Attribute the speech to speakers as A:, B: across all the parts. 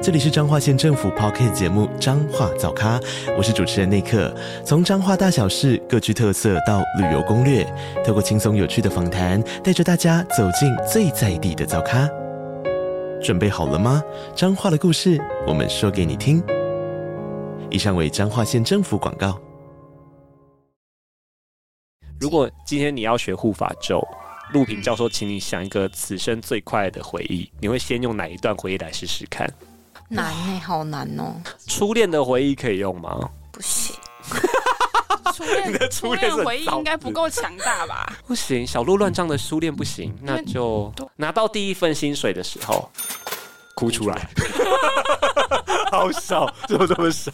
A: 这里是彰化县政府 p o c k t 节目《彰化早咖》，我是主持人内克。从彰化大小事各具特色到旅游攻略，透过轻松有趣的访谈，带着大家走进最在地的早咖。准备好了吗？彰化的故事，我们说给你听。以上为彰化县政府广告。
B: 如果今天你要学护法咒，陆
C: 嗯
B: 平教授请你想一个此生最快的回忆，你会先用哪一段回忆来试试看？
C: 嗯
D: 难哎、
E: 欸
D: 好难哦、
B: 初恋的回忆可以用吗？
D: 不行。
C: 初
B: 你的
C: 恋
B: 初
C: 初
B: 恋
C: 恋
B: 是
C: 回忆应该不够强大 吧？
B: 不行，小鹿乱撞的初恋不行，那就拿到第一份薪水的时候哭出 来，好少，怎么这么少？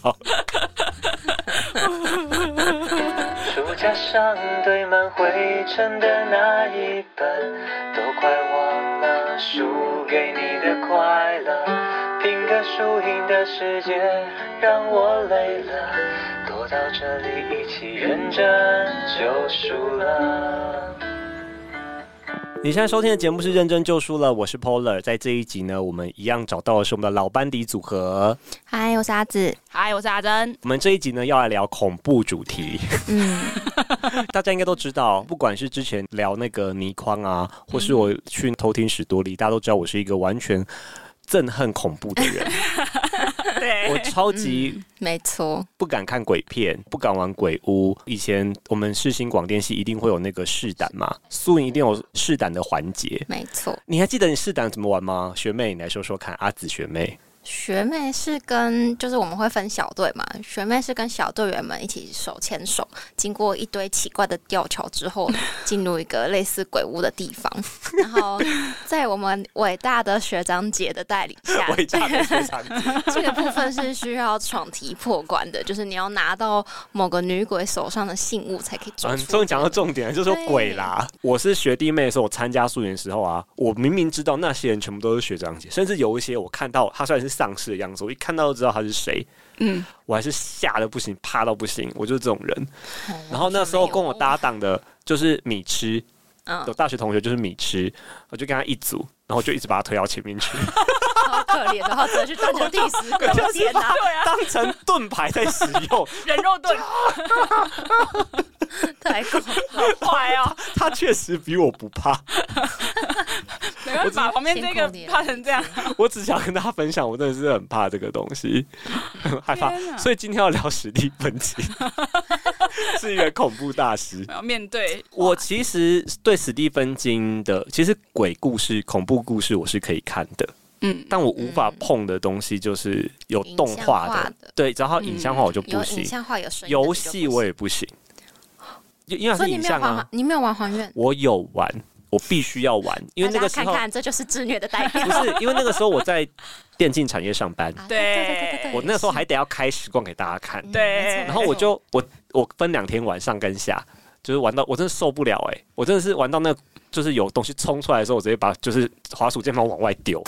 F: 书架上堆满灰尘的那一本，都快忘了输给你的快乐。拼个输赢的世界让我累了，躲到这里一起认真就输了。
E: 你现在收听的节目是《认真就输了》，我是 Polar。在这一集呢，我们一样找到的是我们的老班底组合。
D: 嗨，我是阿紫。
C: 嗨，我是阿珍。
E: 我们这一集呢，要来聊恐怖主题。
D: 嗯，
E: 大家应该都知道，不管是之前聊那个倪匡啊，或是我去偷听史多利，大家都知道我是一个完全憎恨恐怖的人。
C: 对
E: 我超级
D: 没错。
E: 不敢看鬼片，不敢玩鬼屋。以前我们世新广电系一定会有那个试胆嘛，苏影一定有试胆的环节。
D: 没错，
E: 你还记得你试胆怎么玩吗？学妹，你来说说看，阿紫学妹。
D: 学妹是跟就是我们会分小队嘛，学妹是跟小队员们一起手牵手，经过一堆奇怪的吊桥之 后，进入一个类似鬼屋的地方，然后在我们伟大的学长姐的带领下，
E: 伟大的学长姐，
D: 这个部分是需要闯题破关的，就是你要拿到某个女鬼手上的信物才可以走
E: 嗯，
D: 出。
E: 终于讲到重点了，就是说鬼啦。我是学弟妹的时候，我参加素颜的时候啊，我明明知道那些人全部都是学长姐，甚至有一些我看到他虽然是丧尸的样子，我一看到就知道他是谁，
C: 嗯，
E: 我还是吓得不行，怕到不行，我就是这种人。然后那时候跟我搭档的就是米吃，
D: 嗯
E: 有，大学同学就是米吃，我就跟他一组，然后就一直把他推到前面去，
D: 好可怜，然后只能去当成第十个点啊，
E: 当成盾牌在使用。
C: 人肉盾
D: 太恐 怖了。
C: 坏 哦，
E: 他确实比我不怕，
C: 没办法，旁边这个
D: 辛苦你了
C: 怕成这样，
E: 我只想跟大家分享，我真的是很怕这个东西，很害怕
C: 天。哪
E: 所以今天要聊史蒂芬金， 是一个恐怖大师。
C: 要面对
E: 我其实对史蒂芬金的，其实鬼故事、恐怖故事我是可以看的，
C: 嗯，
E: 但我无法碰的东西就是有
D: 影
E: 动
D: 像
E: 画
D: 化
E: 的，
D: 的嗯
E: 对，只要它影像化我就
D: 有
E: 不行
D: 影。像化有声音的就
E: 游
D: 不行，
E: 戏我也不行，因因为它
D: 所
E: 是
D: 以
E: 影
D: 你没有
E: 像
D: 玩
E: 啊
D: 还，，你没有玩还愿，
E: 我有玩，我必须要玩，因为那个时
D: 大家
E: 候
D: 看看这就是自虐的代表
E: 不。是因为那个时候我在电竞产业上班，
D: 啊
C: 对
E: 我那时候还得要开实况给大家看，
C: 对
E: 然后我就我我分两天晚上跟下，就是玩到我真的受不了哎、我真的是玩到那个就是有东西冲出来的时候，我直接把就是滑鼠键盘往外 丢，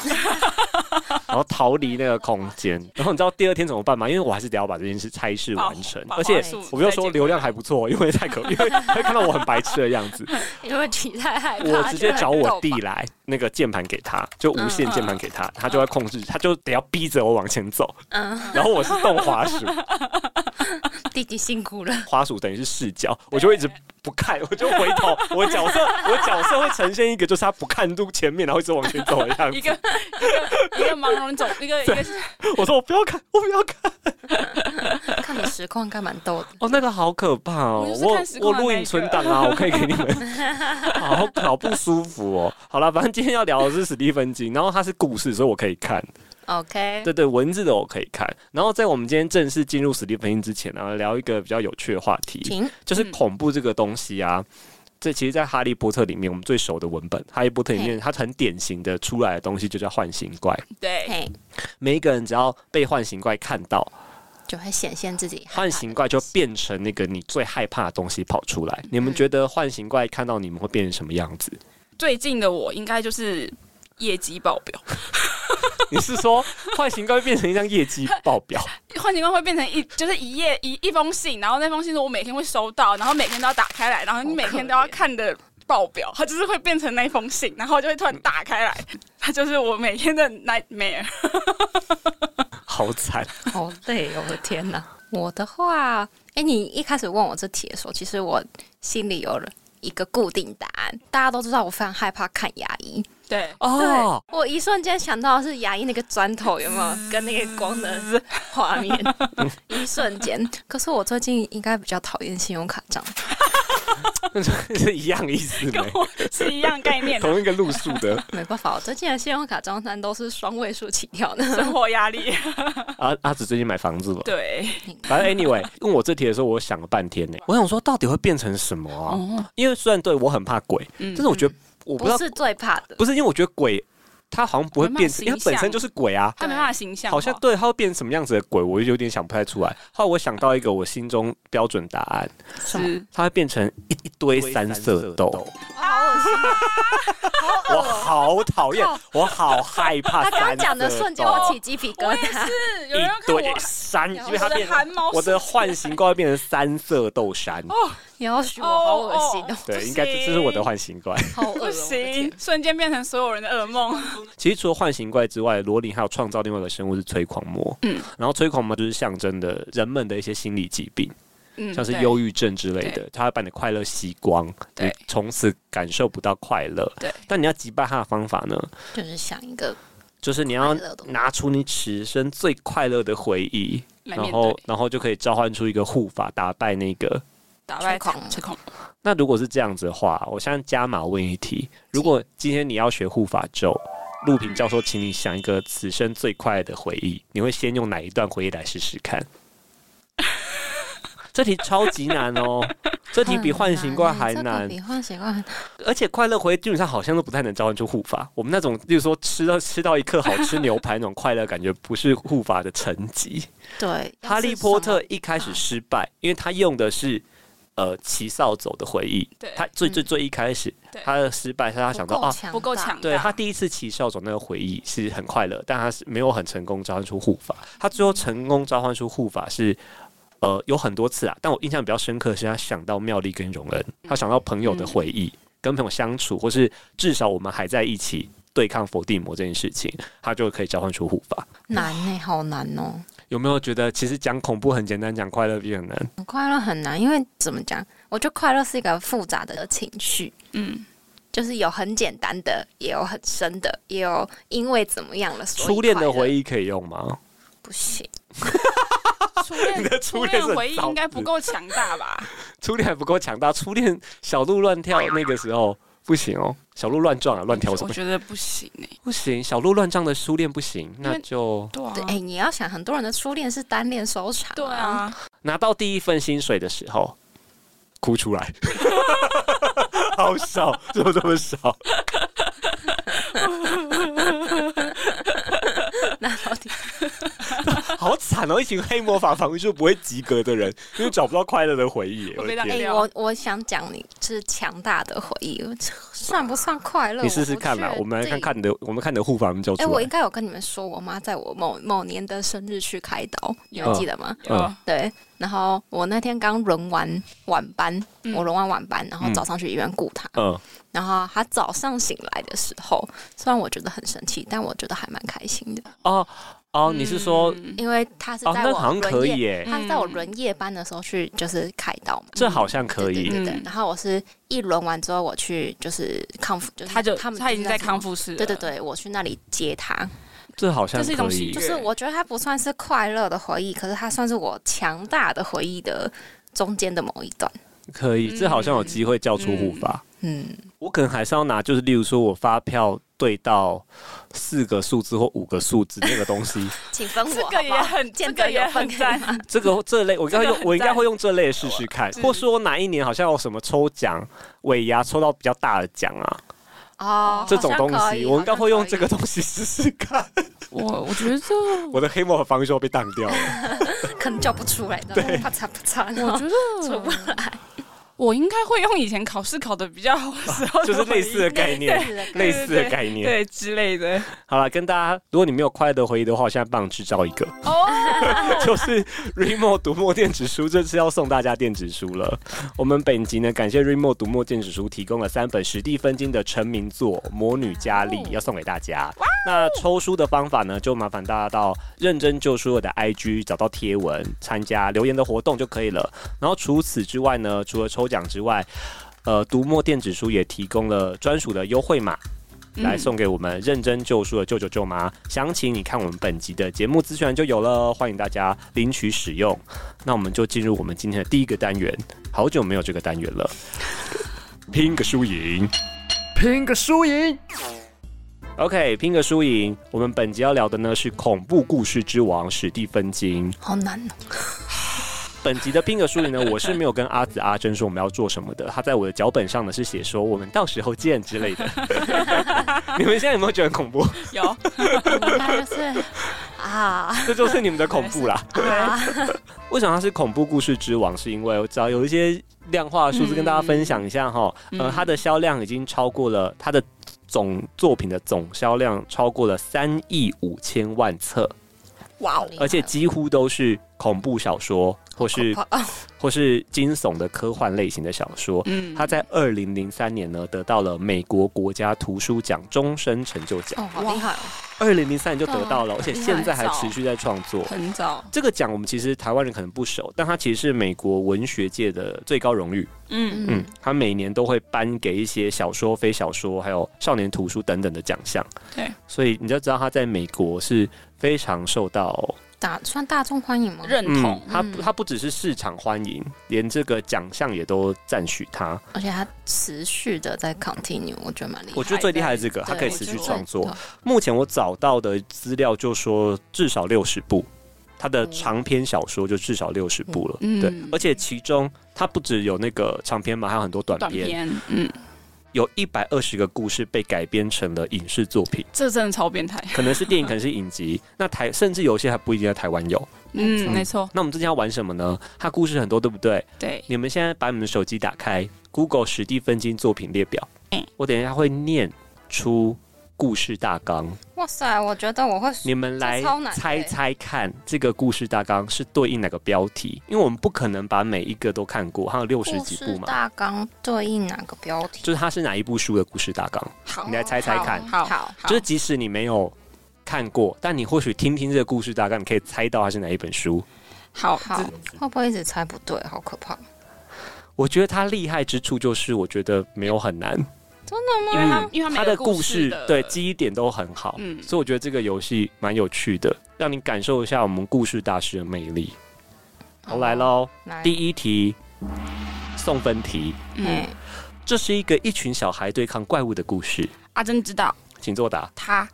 E: 然后逃离那个空间。然后你知道第二天怎么办吗？因为我还是得要把这件事差事完成，
C: 把
E: 而且
C: 把话术
E: 我又
C: 再
E: 说
C: 见
E: 流量还不错，因为太可，因为他看到我很白痴的样 子，
D: 因为你太害怕，
E: 我直接找我弟
D: 就很
E: 来那个键盘给他，就无
C: 嗯
E: 线键盘给他，他就会控制，他就得要逼着我往前走，
D: 嗯
E: 然后我是动滑鼠，
D: 逗吧弟弟辛苦了，
E: 滑鼠等于是视角，我就会一直不看， 我就回头，我角色我角色会呈现一个就是他不看路前面，然后一直往前走的样
C: 一
E: 子。
C: 个一个一 个盲人走，一个一个是
E: 我说我不要看，我不要看。
D: 看你实况应该蛮逗的。
E: 哦，那个好可怕哦
C: 我！就是
E: 我
C: 看实
E: 我
C: 况的
E: 录
C: 那
E: 影
C: 一
E: 存
C: 个
E: 档 啊，我可以给你们。 好好不舒服哦。好了，反正今天要聊的是史蒂芬金，然后他是故事，所以我可以看。
D: OK，
E: 对对，文字的我可以看。然后在我们今天正式进入史蒂芬金之前呢、啊，聊一个比较有趣的话题，
D: 停，
E: 就是恐怖这个东西啊。这其实，在《哈利波特》里面，我们最熟的文本，《哈利波特》里面它很典型的出来的东西就叫唤醒怪。
C: 对，
D: 嘿，
E: 每一个人只要被唤醒怪看到，
D: 就会显现自己害怕的
E: 唤醒怪就变成那个你最害怕的东西跑出来。你们
D: 嗯
E: 觉得唤醒怪看到你们会变成什么样子？
C: 最近的我应该就是业绩爆表，
E: 你是说坏习惯会变成一张业绩报表？
C: 换情况会变成一就是一页一一封信，然后那封信是我每天会收到，然后每天都要打开来，然后你每天都要看的报表，它就是会变成那封信，然后就会突然打开来，它就是我每天的 nightmare。
E: 好惨！
D: 好累哦，我的天哪！我的话，哎、你一开始问我这题的时候，其实我心里有了一个固定答案。大家都知道我非常害怕看牙医，
C: 对，
E: 哦，
D: 我一瞬间想到的是牙医那个砖头有没有跟那个光的 画面，一瞬间。可是我最近应该比较讨厌信用卡账，
E: 是一样意思
C: 跟
E: 没？
C: 我是一样概念的
E: 同一个路数的
D: 没办法，我最近的信用卡账单都是双位数起跳 的。
C: 生活 压力。
E: 阿阿紫最近买房子了，
C: 对，
E: 反正 anyway，问我这题的时候，我想了半天
D: 嗯
E: 呢。我想说，到底会变成什么啊？因为虽然对我很怕鬼，
C: 嗯
E: 但是我觉得我不知
D: 哦不
E: 道，
D: 是最怕的，
E: 不是因为我觉得鬼它好像不会变成，
C: 没
E: 因为
C: 办法
E: 它本身
C: 形象
E: 就是鬼啊。
C: 他没办法形象哦化，
E: 好像对它会变成什么样子的鬼，我就有点想不太出来。后来我想到一个我心中标准答案，
C: 是
E: 它会变成一一堆三色
D: 哦
E: 豆。
D: 好恶心！啊
E: 我好讨厌，我好害怕。
D: 哦他刚刚讲的瞬间，我起鸡皮疙瘩。
C: 是有人要
E: 一
C: 看我
E: 堆山，因为它
C: 我的
E: 变
C: 汗毛哦
E: 我的幻形怪变成三色豆山。
D: 你要许我，好恶心哦，
E: 对，
C: 不
E: 应该这这是我的幻形 怪。
D: 好恶哦
C: 不
D: 心
C: 行！，瞬间变成所有人的噩梦。
E: 其实除了幻形怪之外，罗琳还有创造另外一个生物是催狂魔。
C: 嗯
E: 然后催狂魔就是象征的人们的一些心理疾病，
C: 嗯，
E: 像是
C: 对
E: 忧郁症之类的，它会把你的快乐吸光，
C: 对
E: 你从此感受不到快乐。
C: 对，
E: 但你要击败它的方法呢，
D: 就是想一个
E: 就是你要
D: 快乐的
E: 拿出你此生最快乐的回忆，
C: 来
E: 然
C: 面
E: 后
C: 对
E: 然后就可以召唤出一个护法，打败那个
C: 打
D: 吹
C: 败
D: 狂
C: 吹狂
E: 那如果是这样子的话，我现在加码问一题：如果今天你要学护法咒，陆平教授请你想一个此生最快的回忆，你会先用哪一段回忆来试试看？ 这题超级难哦，这题比幻形怪还
D: 这个
E: 难，
D: 比唤醒怪还难。
E: 而且快乐回忆基本上好像都不太能召唤出护法。我们那种，例如说吃到吃到一颗好吃牛排那种快乐感觉，不是护法的层级。
D: 对，
E: 哈利波特一开始失败，因为他用的是呃骑扫帚的回忆
C: 对。嗯
E: 他最最最一开始
C: 对
E: 他的失败是他
D: 要是
E: 想
D: 什么
E: 到啊，
C: 不够强，大，
E: 对他第一次骑扫帚那个回忆是很快乐，但他是没有很成功召唤出护
C: 嗯
E: 法。他最后成功召唤出护法是。呃，有很多次啊，但我印象比较深刻的是他想到妙丽跟荣恩，
C: 嗯
E: 他想到朋友的回忆，跟朋友相处，或是至少我们还在一起对抗伏地魔这件事情，他就可以召唤出护法。
D: 难呢，好难哦。
E: 有没有觉得其实讲恐怖很简单，讲快乐比很难？
D: 快乐很难，因为怎么讲？我觉得快乐是一个复杂的情绪，
C: 嗯，
D: 就是有很简单的，也有很深的，也有因为怎么样了。所以
E: 初恋的
D: 快乐
E: 回忆可以用吗？
D: 不行，
C: 初恋
E: 你的初
C: 初
E: 恋是
C: 恋
E: 很
C: 回忆
E: 糟
C: 应该不够强大 吧？
E: 初恋还不够强大，初恋小鹿乱跳那个时候不行哦，小鹿乱撞啊，乱跳什
C: 我
E: 么
C: 觉得不行哎、
E: 不行？小鹿乱撞的初恋不行，那就
C: 对啊
D: 对，哎、你要想，很多人的初恋是单恋收场、
C: 对，啊，
E: 拿到第一份薪水的时候哭出来， 好少，怎么这么少？
D: 那到底
E: 好惨哦！一群黑魔法防御术不会及格的人，因为找不到快乐的回忆。
C: 我
E: 的
C: 被当
E: 天
D: 哎、
C: 料
D: 我我想讲，你是强大的回忆，我这算不算快乐？
E: 你试试看啦
D: 不，确
E: 我们来看
D: 定。
E: 看你的，我们看你的护法有没有叫嗯
D: 哎、
E: 出
D: 我
E: 来
D: 应。该有跟你们说，我妈在我某某年的生日去开刀，你们
E: 有
D: 记得吗？
C: 有、
E: 嗯
D: 对，然后我那天刚轮完晚班，
C: 嗯
D: 我轮完晚班，然后早上去医院顾她，
E: 嗯，
D: 然后她早上醒来的时候，虽然我觉得很生气，但我觉得还蛮开心的，
E: 哦哦，你是说
C: 嗯
D: 因为她是
E: 哦，
D: 在
E: 那
D: 我
E: 好像可
D: 轮
E: 以耶，
D: 夜，她是在我轮夜班的时候去就是开刀嘛，
E: 这好像可
D: 对
E: 以
D: 对。对对
C: 嗯
D: 然后我是一轮完之后，我去就是康复，就是
C: 他就
D: 他们
C: 他已经在康
D: 复，
C: 复室了，
D: 对对对，我去那里接她，
E: 这好像
C: 这是一种
E: 可以
C: 喜
D: 就
C: 剧
D: 是我觉得它不算是快乐的回忆，可是它算是我强大的回忆的中间的某一段。
E: 可以，这好像有机会叫出护法。
D: 嗯，
E: 我可能还是要拿，就是例如说我发票对到四个数字或五个数字那个东西，
D: 请分我
C: 这个也
D: 好不好
C: 很
D: 见
C: 这
D: 得
C: 个也
D: 有分
C: 很
D: 可以
C: 赞
D: 吗？
E: 这个这类我应该
C: 这个
E: 用，
C: 很
E: 我应该
C: 赞
E: 会用这类试试看，
C: 是
E: 或是我哪一年好像有什么抽奖尾牙抽到比较大的奖啊，
D: 哦，
E: 这种东
D: 好像可
E: 西
D: 以
E: 我应该会用这个。
D: 好像
E: 东西试试看。
C: 我我觉得这，
E: 我的黑魔法防御罩被当掉了，
D: 可以可能叫不出来，对，啪嚓啪嚓，然
C: 我
D: 后
C: 觉
D: 出不
C: 得
D: 来。
C: 我应该会用以前考试考的比较好的时候的回忆，
E: 就是类似的概念，类似的概念。
C: 对之类的。
E: 好了，跟大家，如果你没有快乐的回忆的话，我现在帮你制造一个，
C: 哦，
E: 就是 Remo 读墨电子书，这次要送大家电子书了。我们本集呢，感谢 Remo 读墨电子书提供了三本史蒂芬金的成名作《魔女佳丽》，要送给大家。那抽书的方法呢，就麻烦大家到认真旧书的 IG 找到贴文，参加留言的活动就可以了。然后除此之外呢，除了抽奖之外，呃，读墨电子书也提供了专属的优惠码。来送给我们认真救书的舅舅舅妈，详情你看我们本集的节目资讯栏就有了，欢迎大家领取使用。那我们就进入我们今天的第一个单元，好久没有这个单元了，拼个输赢。
G: 拼个输赢。
E: OK，拼个输赢。我们本集要聊的呢是恐怖故事之王史蒂芬金。
D: 好难哦。
E: 本集的拼个输赢呢，我是没有跟阿紫阿珍说我们要做什么的，他在我的脚本上呢是写说我们到时候见之类的。你们现在有没有觉得很恐怖？
C: 有
D: 应该就是 啊
E: 这就是你们的恐怖啦。
D: 啊，
E: 为什么它是恐怖故事之王？是因为我只要有一些量化的数字跟大家分享一下哈、
C: 嗯
E: 呃，它的销量已经超过了它的总作品的总销量超过了三亿五千万册，
C: 哇哦，
E: 而且几乎都是恐怖小说或是
D: 好怕哦
E: 或是惊悚的科幻类型的小说。
C: 嗯
E: 它在二零零三年呢，得到了美国国家图书奖终身成就奖。
D: 哦，好厉害哦，
E: 二零零三年就得到了，
D: 哇
E: 而且
D: 厉害
E: 现在还持续在创作。
C: 很早，
E: 这个奖我们其实台湾人可能不熟，但它其实是美国文学界的最高荣誉。嗯
C: 嗯
D: 嗯，，
E: 它每年都会颁给一些小说、非小说，还有少年图书等等的奖项。
C: 对，
E: 所以你就知道它在美国是非常受到
D: 大算大众欢迎吗？
C: 认同，
E: 它
D: 嗯
E: 它不只是市场欢迎，连这个奖项也都赞许它。
D: 而且它持续的在 continue，我觉得蛮厉害的。
E: 我觉得最厉害的这个，它
D: 对
E: 可以
C: 我
E: 持
C: 觉
E: 续
C: 得
E: 创作
D: 对。
E: 目前我找到的资料就说至少六十部，他的
D: 嗯
E: 长篇小说就至少六十部了。
C: 嗯
E: 对，而且其中它不只有那个长篇嘛，还有很多短
C: 短
E: 篇，
C: 片，嗯，
E: 有一百二十个故事被改编成了影视作品，
C: 这真的超变态，
E: 可能是电影，可能是影集。那台甚至有些还不一定在台湾有。
C: 嗯，没错，
E: 那我们之前要玩什么呢？它故事很多，对不对？
C: 对，
E: 你们现在把你们的手机打开，Google 史蒂芬金作品列表
C: 嗯。
E: 我等一下会念出故事大纲，
D: 哇塞，我觉得我会
E: 你们来
D: 这超难的
E: 猜猜看，这个故事大纲是对应哪个标题？因为我们不可能把每一个都看过，还有六十
D: 故
E: 几
D: 事
E: 部嘛，
D: 大纲对应哪个标题？哦
E: 就是它是哪一部书的故事大纲？
C: 好
E: 你来猜猜看。
C: 好，
D: 好
E: 就是即使你没有看过，但你或许听听这个故事大纲，你可以猜到它是哪一本书。
C: 好
D: 好，会不会一直猜不对？好可怕！
E: 我觉得它厉害之处就是，我觉得没有很难，
C: 因为他因为他
E: 它
C: 每
E: 的
C: 个
E: 故
C: 事
E: 事对记忆点都很好，
C: 嗯
E: 所以我觉得这个游戏蛮有趣的，让你感受一下我们故事大师的魅力。我来喽，
D: 来，
E: 第一题，送分题。
C: 嗯
D: 哎，，
E: 这是一个一群小孩对抗怪物的故事，
C: 阿珍知道。
E: 请作答
C: 他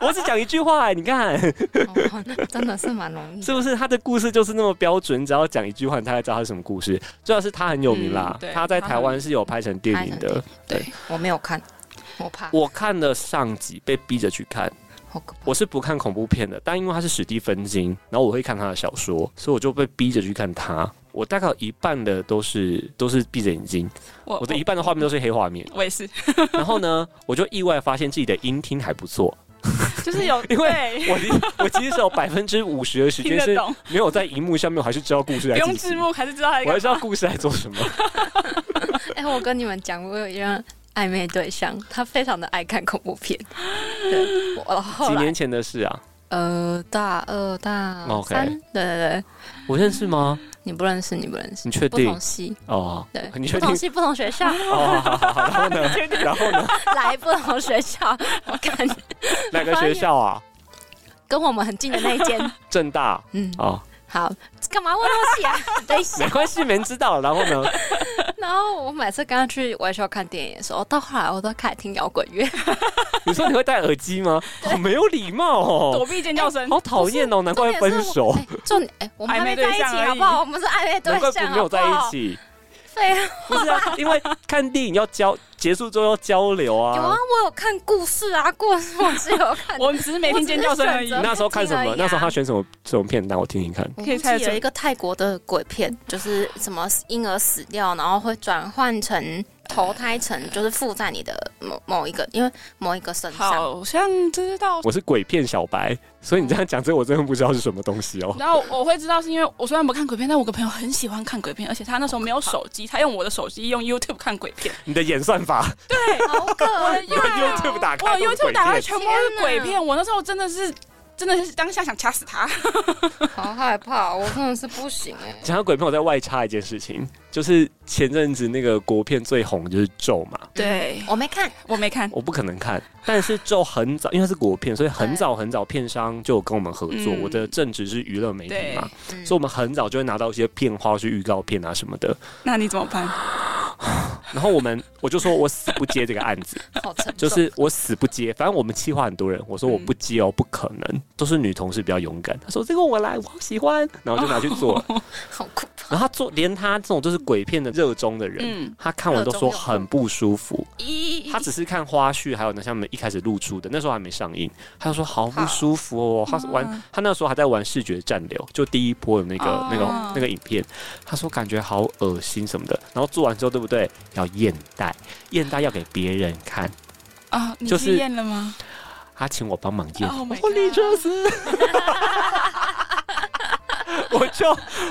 E: 我只讲一句话、哎，你看
D: 哦真的是蛮容易的。
E: 是不是？他的故事就是那么标准，只要讲一句话，大概知道他是什么故事。主要是他很有名啦
C: 嗯，对
E: 他在台湾是 有拍成电影
D: 他很
E: 的。
C: 对，
D: 我没有看，我怕，
E: 我看了上集，被逼着去看。
D: 好可怕。
E: 我是不看恐怖片的，但因为他是史蒂芬金，然后我会看他的小说，所以我就被逼着去看他。我大概有一半的都是都是闭着眼睛，
C: 我
E: 我的一半的画面都是黑画 面。
C: 我也是，
E: 然后呢，我就意外发现自己的音听还不错，
C: 就是有
E: 因
C: 对
E: 为我其 我其实有百分之五十的时
C: 听
E: 间
C: 得
E: 是
C: 懂，
E: 没有在荧幕上面，我还是知道故事
C: 不
E: 在
C: 用
E: 进
C: 字
E: 行，
C: 幕还是知道他在
E: 我还
C: 干
E: 知道故事在做什 么。
D: 哎，我跟你们讲，我有一任暧昧对象，他非常的爱看恐怖片。 对，我后
E: 几
D: 来
E: 年前的事啊，
D: 呃，大二大
E: OK
D: 三，对对对，
E: 我认识吗？
D: 你不认识，你不认识，
E: 你确
D: 不
E: 定
D: 同？系，
E: 哦，
D: 对，
E: 你
D: 不
E: 确定
D: 同？系不同 学校，
E: 哦，好好好，然后 呢？然后呢？
D: 来不同学校，我看
E: 哪个学校啊？
D: 跟我们很近的那一 间，
E: 正大
D: 嗯，
E: 哦，
D: 好，干嘛问东西啊？ 等一
E: 没
D: 下，
E: 关系，没人知道。然后呢？
D: 然后我每次跟他去外校看电影的时候，到后来我都开始听摇滚乐，
E: 哦你说你会戴耳机吗？好没有礼貌哦
C: 躲，避尖叫声，
E: 好讨厌哦，难怪
D: 重
E: 会
D: 点是
E: 分
D: 我
E: 手，
D: 哎重点哎，我们还没在一起
C: 暧昧对象而已。
D: 好不好？我们是暧昧
E: 难
D: 对
E: 怪不
D: 象，
E: 没有在
D: 好不
E: 一
D: 好。
E: 起。
D: 废话，
E: 啊不是啊，因为看电影要交结束之后要交流啊。
D: 有啊，我有看故事啊，故事我只有看
C: 我们只是没听尖叫声而
D: 我只
C: 已
D: 是选择。
E: 你那时候看什
D: 我
E: 么？
D: 听而已啊
E: 那时候他选什么什么片单？我听听看。
D: 我
C: 可以
D: 忘
C: 猜得
D: 记
C: 出
D: 有一个泰国的鬼片，就是什么婴儿死掉，然后会转换成投胎成，就是附在你的某某一个，因为某一个身上。
C: 好像知道，
E: 我是鬼片小白，所以你这样讲这我真的不知道是什么东西哦。
C: 然后我会知道是因为我虽然不看鬼片，但我有个朋友很喜欢看鬼片，而且他那时候没有手机，他用我的 手机用 YouTube 看鬼片。
E: 你的演算法，
D: 好可啊 爱
E: 你的 YouTube 打
C: 我
E: 开都是鬼片，
C: YouTube 打开全部都是鬼
D: 天哪
C: 片，我那时候真的是。真的是当下想掐死他，
E: 嗯
D: 好害怕，我真的是不行哎、
E: 讲到鬼片，我在外插一件事情，就是前阵子那个国片最红就是《咒》嘛，
C: 对
D: 我没 看，
C: 我没看，
E: 我不可能看，但是《咒》很早，因为它是国片，所以很早很早片商就有跟我们合作。
C: 嗯
E: 我的正职是娱乐媒体嘛，
D: 嗯
E: 所以我们很早就会拿到一些片花是预告片啊什么的。
C: 那你怎么办？
E: 然后我们我就说我死不接这个案子，
D: 好沉重。
E: 就是我死不接，反正我们计划很多人，我说我
C: 嗯
E: 不接哦，不可能，都是女同事比较勇敢。她说这个我来，我好喜欢，然后就拿去做
C: 哦
E: 了。
D: 好酷，
E: 然后她做，连她这种就是鬼片的热衷的人，
C: 嗯
E: 她看完都说很不舒服。
C: 一
E: 她只是看花絮，还有呢，像我们一开始露出的，那时候还没上映，她就说好不舒服哦。她玩，她那时候还在玩视觉暂留，就第一波的那个、
C: 嗯哦
E: 那个那个影片，她说感觉好恶心什么的。然后做完之后，对不对？要验带，验带要给别人看。
C: 啊，你
E: 就是
C: 去验了吗？
E: 他请我帮忙验，
C: Oh my
E: 我立车死， 我就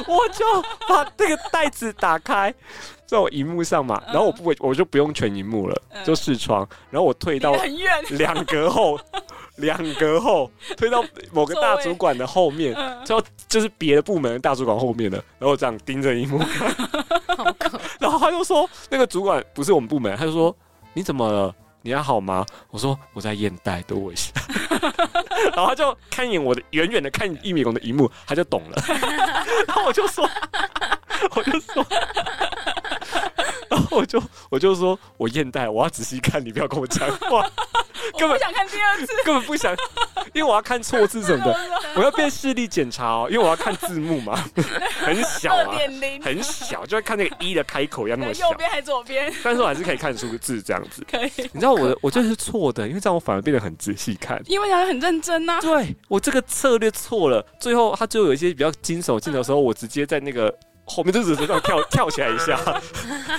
E: 我就把这个袋子打开，在我荧幕上嘛，然后我不我就不用全荧幕了，
C: 嗯
E: 就视窗，然后我退到
C: 离得很远，
E: 两格后，两格后推到某个大主管的后面，
C: 嗯
E: 就就是别的部门的大主管后面的，然后我这样盯着荧幕看，
D: 好可爱。
E: 然后他就说那个主管不是我们部门，他就说你怎么了？你还好吗？我说我在验带，等我一 下。然后他就看一眼我的，远远的看一米我的荧幕，他就懂 了。然后我就说，我就说，然后我就我就说我验带，我要仔细看，你不要跟我讲 话， 根本
C: 我不想看第二次，
E: 根本不想，因为我要看错字什么 的，我要变视力检查哦，因为我要看字幕嘛，很小
C: 二
E: 啊，
C: 点零，
E: 很小，就会看那个一的开口一样那么小
C: 右，边还是左边？
E: 但是我还是可以看出字这样子。
C: 可以，
E: 你知道我的我就是错的，因为这样我反而变得很仔细看。
C: 因为他很认真啊 呐。
E: 对我这个策略错了，最后他最后有一些比较惊悚镜头的时候，我直接在那个后面就只是这样跳跳起来一 下，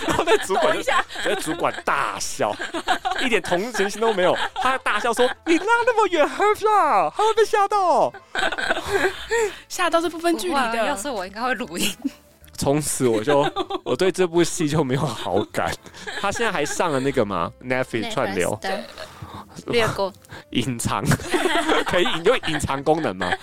E: 然后那主管
C: 抖
E: 就
C: 一下，
E: 那主管大笑，一点同情心都没有，他大笑说：“你拉那么远，喝啥？他会被吓到哦。
C: 吓到是不分距离
D: 哇要
C: 的
D: 是。我应该会录音。”
E: 从此我 就我对这部戏就没有好感。他现在还上了那个嘛 Netflix 串流
D: 对，略过，
E: 隐藏， 可以隐有隐藏功能吗？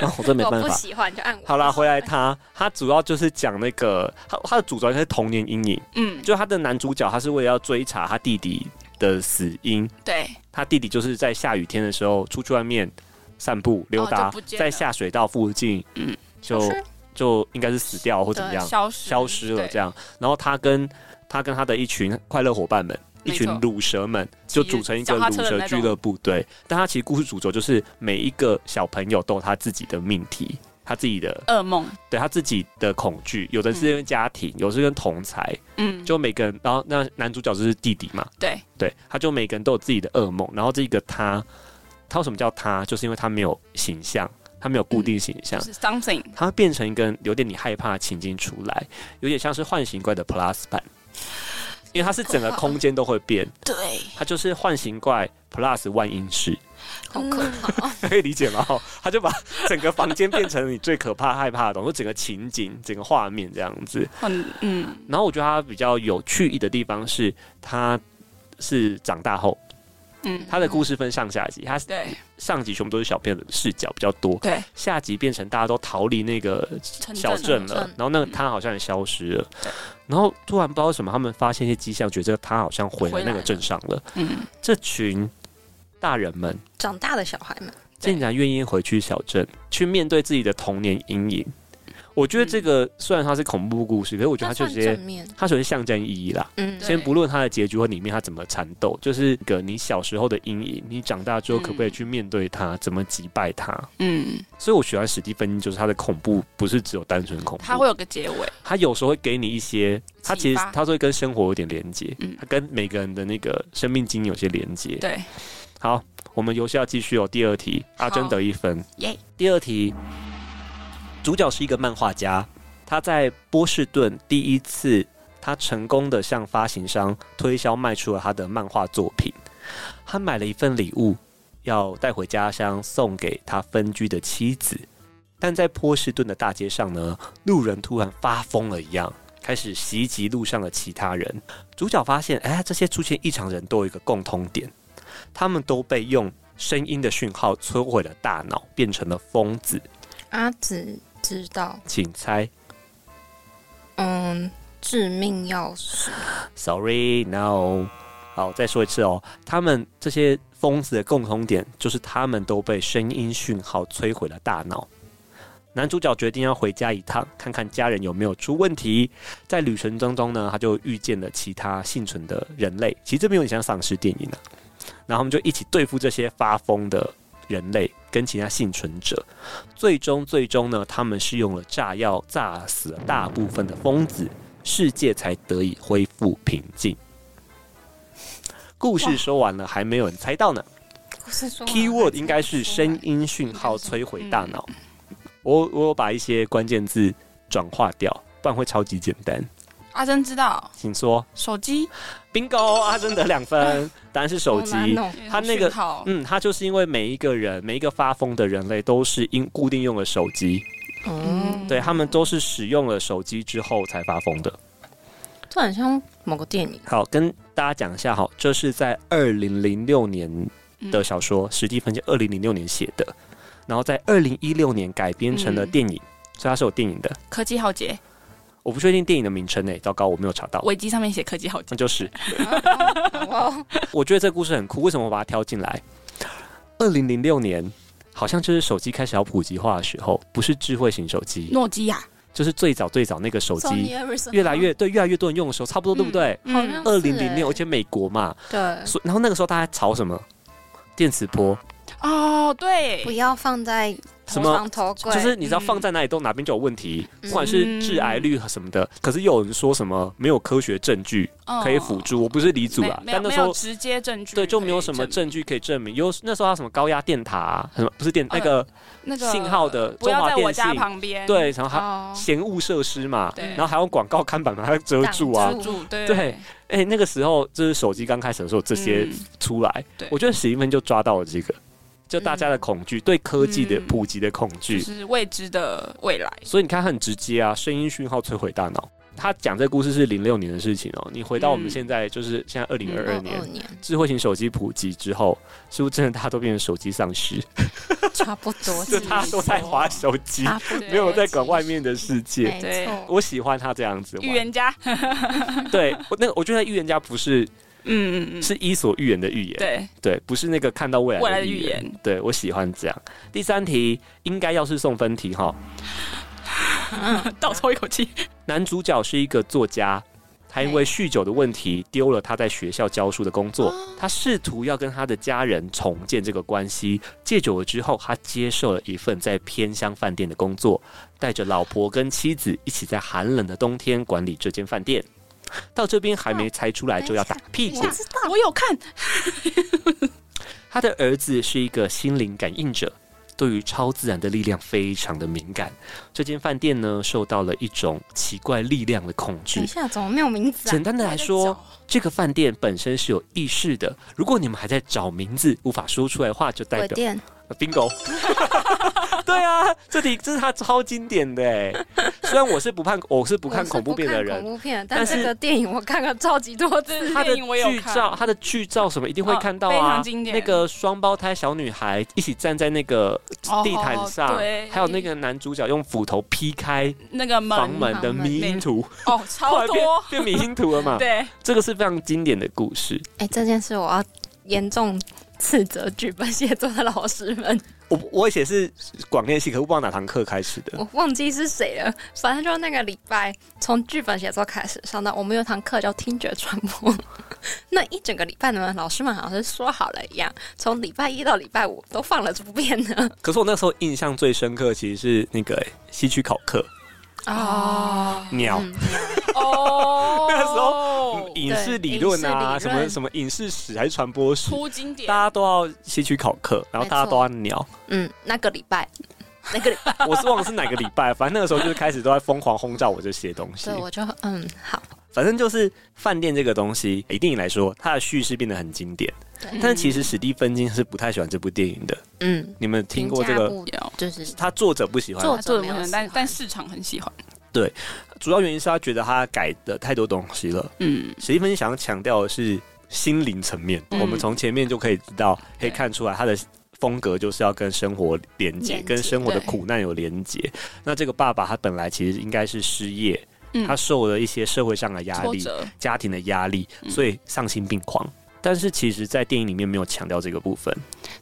E: 啊，我真没
D: 我
E: 办
D: 不
E: 法。
D: 喜欢就按我。
E: 好啦，回来他，他主要就是讲那个他他的主角应该是童年阴影，
C: 嗯，
E: 就他的男主角他是为了要追查他弟弟的死因，
C: 对，
E: 他弟弟就是在下雨天的时候出去外面散步溜达，
C: 哦就不见了
E: 在下水道附近，
C: 嗯
E: 就
D: 消失
E: 就应该是死掉或怎么样
C: 消失
E: 消失了这
C: 样。
E: 样。然后他跟他跟他的一群快乐伙伴们，一
C: 没
E: 群
C: 错
E: 卤蛇们，就组成一个
C: 脚踏
E: 卤
C: 车的
E: 蛇
C: 那
E: 俱
C: 种
E: 乐部。对，但他其实故事主轴就是每一个小朋友都有他自己的命题，他自己的
C: 噩梦，
E: 对他自己的恐惧，有的是跟家庭，有的是跟同才，
C: 嗯，
E: 就每个人。然后那男主角就是弟弟嘛，
C: 对，
E: 对，他就每个人都有自己的噩梦，然后这个他，他为什么叫他，就是因为他没有形象，他没有固定形象
C: 嗯就，是 something，
E: 他会变成一个有点你害怕的情境出来，有点像是唤醒怪的 Plus 版，因为它是整个空间都会变，
C: 对，
E: 它就是唤醒怪 Plus 万英式，
D: 好可
E: 嗯
D: 怕哦，
E: 可以理解吗？哦，他就把整个房间变成你最可怕、害怕的东西，整个情景、整个画面这样子。
C: 很嗯，
E: 然后我觉得它比较有趣的地方是，它是长大后，
C: 嗯，
E: 它的故事分上下集，它
C: 对
E: 上集全部都是小朋友的视角比较多，
C: 对，
E: 下集变成大家都逃离那个
C: 城
E: 小镇了
D: 嗯，
E: 然后那个他好像也消失了，然后突然不知道为什么，他们发现一些迹象，觉得他好像回
C: 回
E: 来
C: 来
E: 那个镇上了。
C: 嗯，
E: 这群大人们
D: 长大的小孩们，
E: 竟然愿意回去小镇，去面对自己的童年阴影。我觉得这个虽然它是恐怖故事，可是我觉得
D: 那
E: 它就
D: 算
E: 直接
D: 正面，
E: 它首先象征意义啦。
D: 嗯，
C: 对
E: 先不论它的结局或里面它怎么缠斗，就是一个你小时候的阴影，你长大之后可不可以去面对它，怎么击败它？
C: 嗯，
E: 所以我喜欢史蒂芬，就是他的恐怖不是只有单纯恐怖，
C: 它会有个结尾，
E: 他有时候会给你一些，他其
C: 启
E: 实
C: 发
E: 他都会跟生活有点连接，
C: 嗯
E: 他跟每个人的那个生命经历有些连接。
C: 对，
E: 好，我们游戏要继续哦。第二题，阿珍得一分。
C: 耶！
E: 第二题，主角是一个漫画家，他在波士顿第一次，他成功的向发行商推销卖出了他的漫画作品。他买了一份礼物，要带回家乡送给他分居的妻子。但在波士顿的大街上呢，路人突然发疯了一样，开始袭击路上的其他人。主角发现，哎，这些出现异常人都有一个共通点，他们都被用声音的讯号摧毁了大脑，变成了疯子。
D: 阿紫知道，
E: 请猜
D: 嗯，致命钥匙，
E: ，Sorry No。好，再说一次哦，他们这些疯子的共同点就是他们都被声音讯号摧毁了大脑。男主角决定要回家一趟，看看家人有没有出问题。在旅程当中呢，他就遇见了其他幸存的人类，其实这边有点像丧尸电影啊。然后他们就一起对付这些发疯的人类跟其他幸存者。最终，最终呢，他们是用了炸药炸死了大部分的疯子，世界才得以恢复平静。故事说完了，还没有人猜到呢。
D: 不是说
E: Keyword 应该是声音讯号摧毁大
D: 嗯
E: 脑。我我有把一些关键字转化掉，不然会超级简单。
C: 阿珍知道
E: 请说
C: 手机
E: ，bingo，阿珍得两 分，答案是手机。
D: 好难哦
E: 它那个
C: 讯号
E: 嗯，它就是因为每一个人，每一个发疯的人类都是因固定用了手机，
D: 嗯，
E: 对他们都是使用了手机之后才发疯的。
D: 这很像某个 电影，
E: 好，跟大家讲一下，好，这是在二零零六年
C: 嗯
E: 的小说，史蒂芬是二零零六年写的，然后在二零一六年改编成了
C: 嗯
E: 电影，所以它是有电影的。
C: 科技浩劫，
E: 我不确定电影的名称诶、糟糕，我没有查到。
C: 维基上面写科技浩劫
E: 那，就是，
D: 哇，
E: 我觉得这故事很酷，为什么我把它挑进来？二零零六年，好像就是手机开始要普及化的时候，不是智慧型手机，
C: 诺基亚，
E: 就是最早最早那个手机
D: Sony Ericsson
E: 越来越对越来越多人用的时候，差不多
C: 嗯
E: 对不对？
D: 好像
E: 二
D: 是欸
E: 零零
C: 欸
E: 六，而且美国嘛，
D: 对，
E: 所以然后那个时候大家吵什么？电磁波，
C: 哦，对
D: 不，要放在
E: 什
D: 头
E: 么
D: 上头哦柜，
E: 就是你知道
C: 嗯
E: 放在哪里都哪边就有问题，
D: 嗯
E: 不管是致癌率什么的。可是又有人说什么没有科学证据
C: 嗯
E: 可以辅助，我不是李祖啊，
C: 没没
E: 但
C: 有
E: 那
C: 没
E: 时候
C: 有直接证据可以证明，
E: 对就没有什么证据可以证明。有那时候还有什么高压电塔啊，什么不是
C: 哦
E: 电那个
C: 那个
E: 信号的
C: 不要
E: 中华
C: 在
E: 电
C: 我家
E: 信
C: 旁边，
E: 对，然后还
D: 哦，
E: 嫌物设施嘛，
C: 对
E: 然后还用广告看板把它遮住啊
D: 挡。
C: 住对
E: 对哎，那个时候就是手机刚开始的时候，这些
C: 嗯
E: 出来
C: 对，
E: 我觉得史蒂芬就抓到了这个，就大家的恐惧，对科技的
C: 嗯
E: 普及的恐
C: 就
E: 惧。
C: 是未知的未来，
E: 所以你看，很直接啊，声音讯号摧毁大脑。他讲这个故事是零六年的事情哦。你回到我们
C: 嗯哦
E: 现在，就是现在二零二二年
D: 22，年
E: 智慧型手机普及之后，是不是真的大家都变成手机丧 尸？
D: 差不多，
E: 就是大家都在划手机，
D: 差不
C: 对
E: 没有在管外面的世界。
D: 没
C: 啊对
D: 错，
E: 我喜欢他这样子
C: 预
E: 玩，
C: 言家，
E: 对我那个我觉得预言家不是
C: 嗯嗯嗯，
E: 是伊索寓言的寓言，
C: 对，
E: 对，不是那个看到未
C: 未
E: 来
C: 来
E: 的
C: 的
E: 预
C: 预
E: 言。
C: 言
E: 对我喜欢这样。第三题应该要是送分题哈，
C: 倒抽一口气，
E: 男主角是一个作家，他因为酗酒的问题丢了他在学校教书的工作，哦他试图要跟他的家人重建这个关系。戒酒了之后，他接受了一份在偏乡饭店的工作，带着老婆跟妻子一起在寒冷的冬天管理这间饭店。 到这边还没猜出来就要打屁股
D: 我。知道，
C: 我有看，
E: 他的儿子是一个心灵感应者，对于超自然的力量非常的敏感。这间饭店呢，受到了一种奇怪力量的控制
D: 等一。下怎么没有名字啊
E: 简？单的来说，这个饭店本身是有意识的。如果你们还在找名字无法说出来的话，就代
D: 鬼
E: 表
D: 店，
E: 呃 bingo。对啊，这题这是他超经典的哎。虽然我是不怕，我是不
D: 不
E: 看恐怖片的人
D: 恐，怖片，
E: 但
D: 但
E: 是
D: 这个电影我看了超级多次，
E: 他的
C: 电影我有
E: 剧
C: 看
E: 照，他的剧照什么一定会
C: 哦
E: 看到
C: 非
E: 啊
C: 常。经典
E: 那个双胞胎小女孩一起站在那个
C: 哦
E: 地毯上，
C: 对
E: 还有那个男主角用斧头劈开
C: 那个门
E: 房门的
D: 房门
E: 迷因图，
C: 哦，
E: 后
C: 超
E: 来变
C: 多，
E: 变迷因图了嘛？
C: 对，
E: 这个是非常经典的故事。
D: 哎，这件事我要严重。斥责剧本写作的老师们，
E: 我我以前是广电系，可是忘哪堂课开始的。
D: 我忘记是谁了，反正就是那个礼拜，从剧本写作开始上到我们有堂课叫听觉传播， 那一整个礼拜呢，老师们好像是说好了一样，从礼拜一到礼拜五都放了这部片呢。
E: 可是我那时候印象最深刻，其实是那个、欸、西区考课
D: 哦，
C: 啊
E: 鸟。
C: 哦，
E: 那时候嗯影视理论啊，
D: 哦影视
E: 什
D: 理论
E: 么什么影视史还是传播史，
C: 出经典
E: 大，家都要西区考课，然后大家都要鸟。
D: 嗯，那个礼拜，那个礼拜，
E: 我是忘了是哪个礼拜，反正那个时候就是开始都在疯狂轰炸我这些东西
D: 对，。我就嗯好，
E: 反正就是饭店这个东西，一定来说，它的叙事变得很经典。
D: 对，
E: 但是其实史蒂芬金是不太喜欢这部电影的。
D: 嗯，
E: 你们听过这
D: 评价
E: 个？
D: 不就是
E: 他作者不喜欢，啊
D: 作
C: 做
D: 者
C: 的
D: 没
C: 不
D: 有
C: 能，
D: 喜
C: 但
D: 欢
C: 但市场很喜欢。
E: 主要原因是他觉得他改的太多东西了。
C: 嗯，
E: 史蒂芬金想要强调的是心灵层面，
C: 嗯
E: 我们从前面就可以知道，可以看出来他的。风格就是要跟生活连接，
D: 连接
E: 跟生活的
C: 对
E: 苦难有连接。那这个爸爸他本来其实应该是失业，
C: 嗯
E: 他受了一些社会上的压
C: 挫
E: 力、
C: 折，
E: 家庭的压力，
C: 嗯
E: 所以丧心病狂。但是其实，在电影里面没有强调这个部分。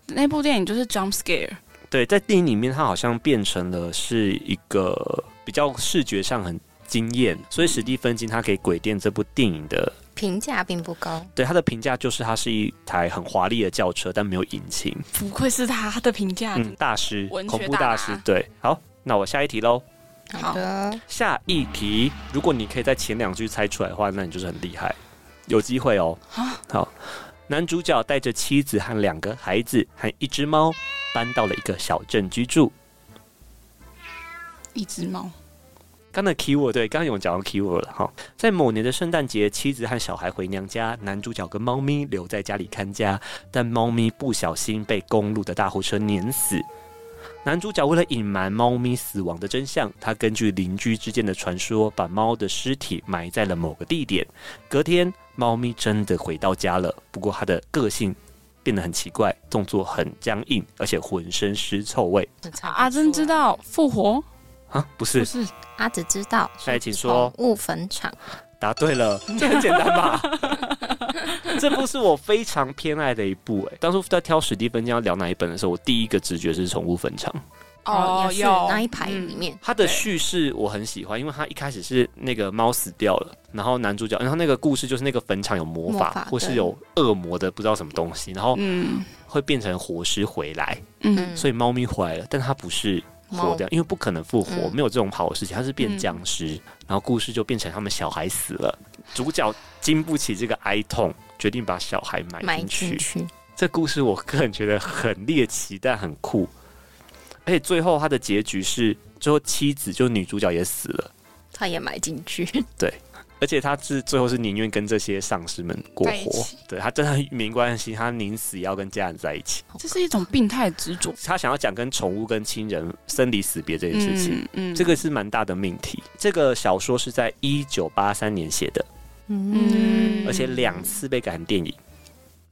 C: 那部电影就是 jump scare，
E: 对，在电影里面，它好像变成了是一个比较视觉上很惊艳，所以史蒂芬金他给《鬼店》这部电影的
D: 评价并不高，
E: 对他的评价就是，它是一台很华丽的轿车，但没有引擎。
C: 不愧是他的评价。
E: 嗯，大师，
C: 文学
E: 恐怖
C: 大
E: 大
C: 拿
E: 师。对，好，那我下一题喽。
D: 好的，
E: 下一题，如果你可以在前两句猜出来的话，那你就是很厉害，有机会哦。
C: 啊
E: 好，男主角带着妻子和两个孩子和一只猫搬到了一个小镇居住。
C: 一只猫，
E: 刚才 keyword 对，刚刚有讲到 keyword 了哈。在某年的圣诞节，妻子和小孩回娘家，男主角跟猫咪留在家里看家，但猫咪不小心被公路的大货车碾死。男主角为了隐瞒猫咪死亡的真相，他根据邻居之间的传说，把猫的尸体埋在了某个地点。隔天，猫咪真的回到家了，不过它的个性变得很奇怪，动作很僵硬，而且浑身尸臭味
C: 阿珍知，道复活
E: 啊！不是
C: 不，是
D: 阿紫知道，
E: 哎请说
D: 宠物坟场，
E: 答对了，这很简单吧？ 这部是我非常偏爱的一部、哎，当初在挑史蒂芬金要聊哪一本的时候，我第一个直觉是《宠物坟场》。
D: 哦，也是
C: 有
D: 那一排
C: 嗯
D: 里面，
E: 它的
C: 对
E: 叙事我很喜欢，因为它一开始是那个猫死掉了，然后男主角，然后那个故事就是那个坟场有魔法，
D: 魔法
E: 或是
D: 对
E: 有恶魔的不知道什么东西，然后
C: 嗯
E: 会变成活尸回来，
C: 嗯，
D: 嗯，
E: 所以猫咪回来了，但它不是。活掉，因为不可能复活，
D: 嗯
E: 没有这种好的事情，它是变僵尸，然后故事就变成他们小孩死了，主角经不起这个哀痛，决定把小孩埋
D: 埋
E: 进去。
D: 进去，
E: 这故事我个人觉得很猎奇，但很酷，而且最后他的结局是，最后妻子就女主角也死了，
D: 他也埋进去，
E: 而且他是最后是宁愿跟这些丧尸们过
C: 在一
E: 活
C: 起，
E: 对他真的很没关系，他宁死也要跟家人在一起。
C: 这是一种病态执着
E: 他想要讲跟宠物、跟亲人生离死别这件事情，，
C: 嗯
E: 这个是蛮大的命题。这个小说是在一九八三年写的，
C: 嗯
E: 而且两次被改成电影，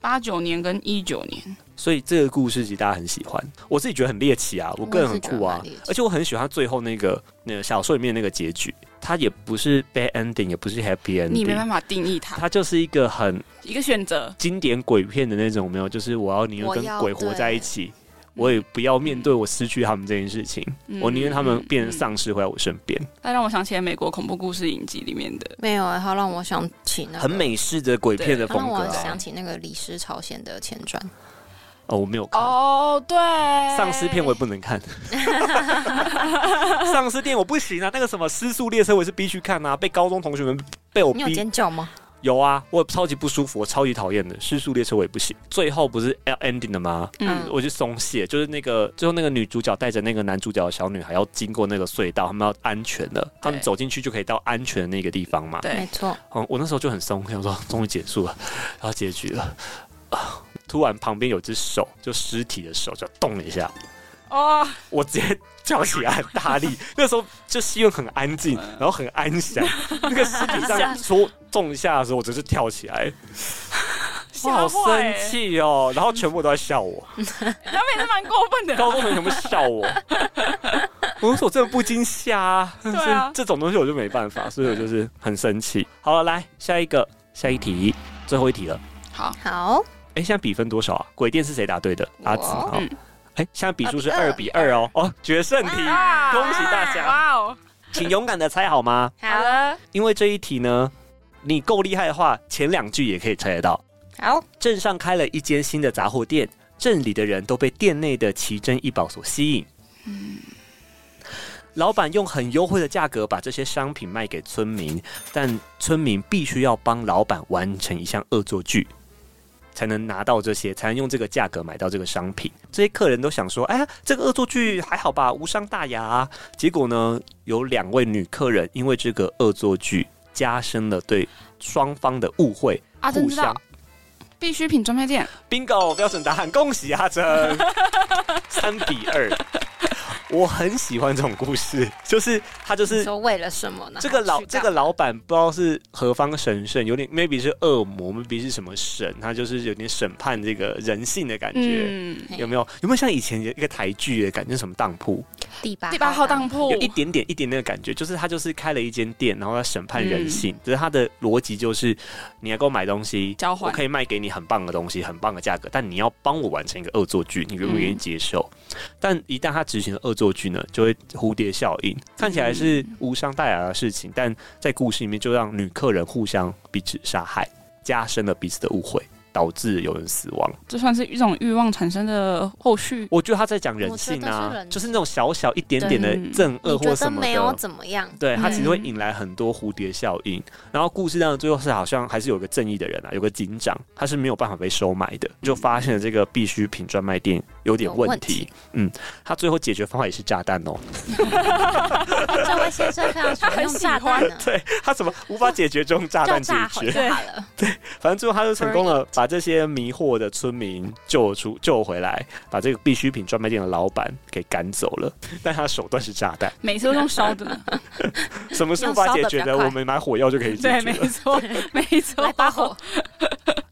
C: 八九年跟一九年，
E: 所以这个故事其实大家很喜欢。我自己觉得很猎奇啊，我个人很酷啊
D: 我也是觉得蛮猎奇，
E: 而且我很喜欢他最后那个那个小说里面那个结局，它也不是 bad ending，也不是 happy
C: 你没办
E: ending。
C: 法定义它
E: 它就是一个很
C: 一个选择。
E: 经典鬼片的那种，有没有，就是我要宁愿
D: 我
E: 跟
D: 要
E: 鬼活
D: 对
E: 在一起，我也不要面对我失去他们这件事情，
C: 嗯
E: 我宁愿他们变成丧尸回来我身边。
C: 它让我想起来美国恐怖故事影集里面的，
D: 没有，它让我想起那个
E: 很，美式的鬼片的
D: 它
E: 风
D: 嗯让
E: 格、
D: 我
E: 啊
D: 想。起那个李氏朝鲜的前传，
E: 哦，我没有看。
C: 哦，对，
E: 丧尸片我也不能看，丧尸片我不行啊。那个什么《失速列车》我也是必须看啊，被高中同学们被我
D: 你有
E: 逼
D: 尖叫吗？
E: 有啊，我超级不舒服，我超级讨厌的《失速列车》我也不行。最后不是 ending 了吗？
C: 嗯
E: 我就松懈，就是那个最后那个女主角带着那个男主角的小女孩要经过那个隧道，他们要安全了，他们走进去就可以到安全的那个地方嘛。
D: 没
C: 对，
D: 错，
E: 嗯，我那时候就很松，想说 终于结束了，然后结局了。啊突然旁边有只手，就尸体的手，就动了一下，
C: 哦，
E: 我直接叫起来很大力，那时候就希望很安静，然后很安详。那个尸体上戳中一下的时候，我真是跳起来，我
C: 吓
E: 好生
C: 坏欸，
E: 气哦！然后全部都在笑我，
C: 他们也是蛮过分的
E: 高中同学全部笑我。我就说我真的不惊吓啊！
C: 对啊
E: 这这种东西我就没办法，所以我就是很生气。好了，来下一个，下一题，最后一题了。
C: 好，
D: 好，
E: 哎，现在比分多少啊？鬼店是谁答对的？阿紫
D: 我
E: 好，
C: 嗯
E: 哎，现在比数是
D: 二
E: 二
D: 比
E: 比
D: 二
E: 二哦，哦，决胜题，
C: 哇
E: 恭喜大家，
C: 哇哦，
E: 请勇敢的猜好吗？
C: 好
D: 好
C: 了，
E: 因为这一题呢，你够厉害的话，前两句也可以猜得到。
D: 好，
E: 镇上开了一间新的杂货店，镇里的人都被店内的奇珍异宝所吸引。老板用很优惠的价格把这些商品卖给村民，但村民必须要帮老板完成一项恶作剧，才能拿到这些，才能用这个价格买到这个商品。这些客人都想说：“哎呀，这个恶作剧还好吧，无伤大雅、啊。”结果呢，有两位女客人因为这个恶作剧加深了对双方的误会，
C: 阿珍
E: 互
C: 啊知
E: 相
C: 道必需品专卖店，
E: bingo 标准答案，恭喜阿 珍，三比二。我很喜欢这种故事，就是他就
D: 你
E: 是
D: 说为了什么呢？
E: 这个老
D: 去
E: 这
D: 干
E: 个老板不知道是何方神圣，有点 maybe 是恶魔，maybe 是什么神，他就是有点审判这个人性的感觉，
C: 嗯，
E: 有没有？有没有像以前一个台剧的感觉，什么当铺，
D: 第八
C: 第八号当
D: 铺，
C: 铺
E: 有一点点一点点的感觉，就是他就是开了一间店，然后要审判人
D: 嗯
E: 性，只是他的逻辑就是你来给我买东西，
C: 交换
E: 我可以卖给你很棒的东西，很棒的价格，但你要帮我完成一个恶作剧，你愿不愿意接受？但一旦他执行了恶作剧呢，就会蝴蝶效应，看起来是无伤大雅的事情，但在故事里面就让女客人互相彼此杀害，加深了彼此的误会。导致有人死亡，
C: 这算是一种欲望产生的后续。
E: 我觉得他在讲人
D: 我觉得
E: 性啊，
D: 是人
E: 就是那种小小一点点的
C: 对
E: 憎
D: 你
E: 恶
D: 觉
E: 或
D: 得
E: 什么的，
D: 没有怎么样？
E: 对，它其实会
C: 嗯
E: 引来很多蝴蝶效应。然后故事当中最后是好像还是有个正义的人啊，有个警长，他是没有办法被收买的，就发现了这个必需品专卖店有点
D: 有
E: 问
D: 问
E: 题。
D: 题
E: 嗯，他最后解决方法也是炸弹哦。
D: 这位先生非常喜欢用炸弹呢，
E: 对他怎么无法解决这种炸
D: 就
E: 弹解
D: 炸好
E: 决？
D: 就好了。
E: 反正最后他就成功了，把这些迷惑的村民救出救回来，把这个必需品专卖店的老板给赶走了。但他手段是炸 弹，
C: 每次都用烧的 呢，
E: 什么是无
D: 用
E: 法
D: 烧
E: 解
D: 的
E: 决
D: 比较
E: 的？
D: 快
E: 我们买火药就可以解
C: 对，
E: 决
C: 没
E: 了。
C: 错，没错，
D: 来把火，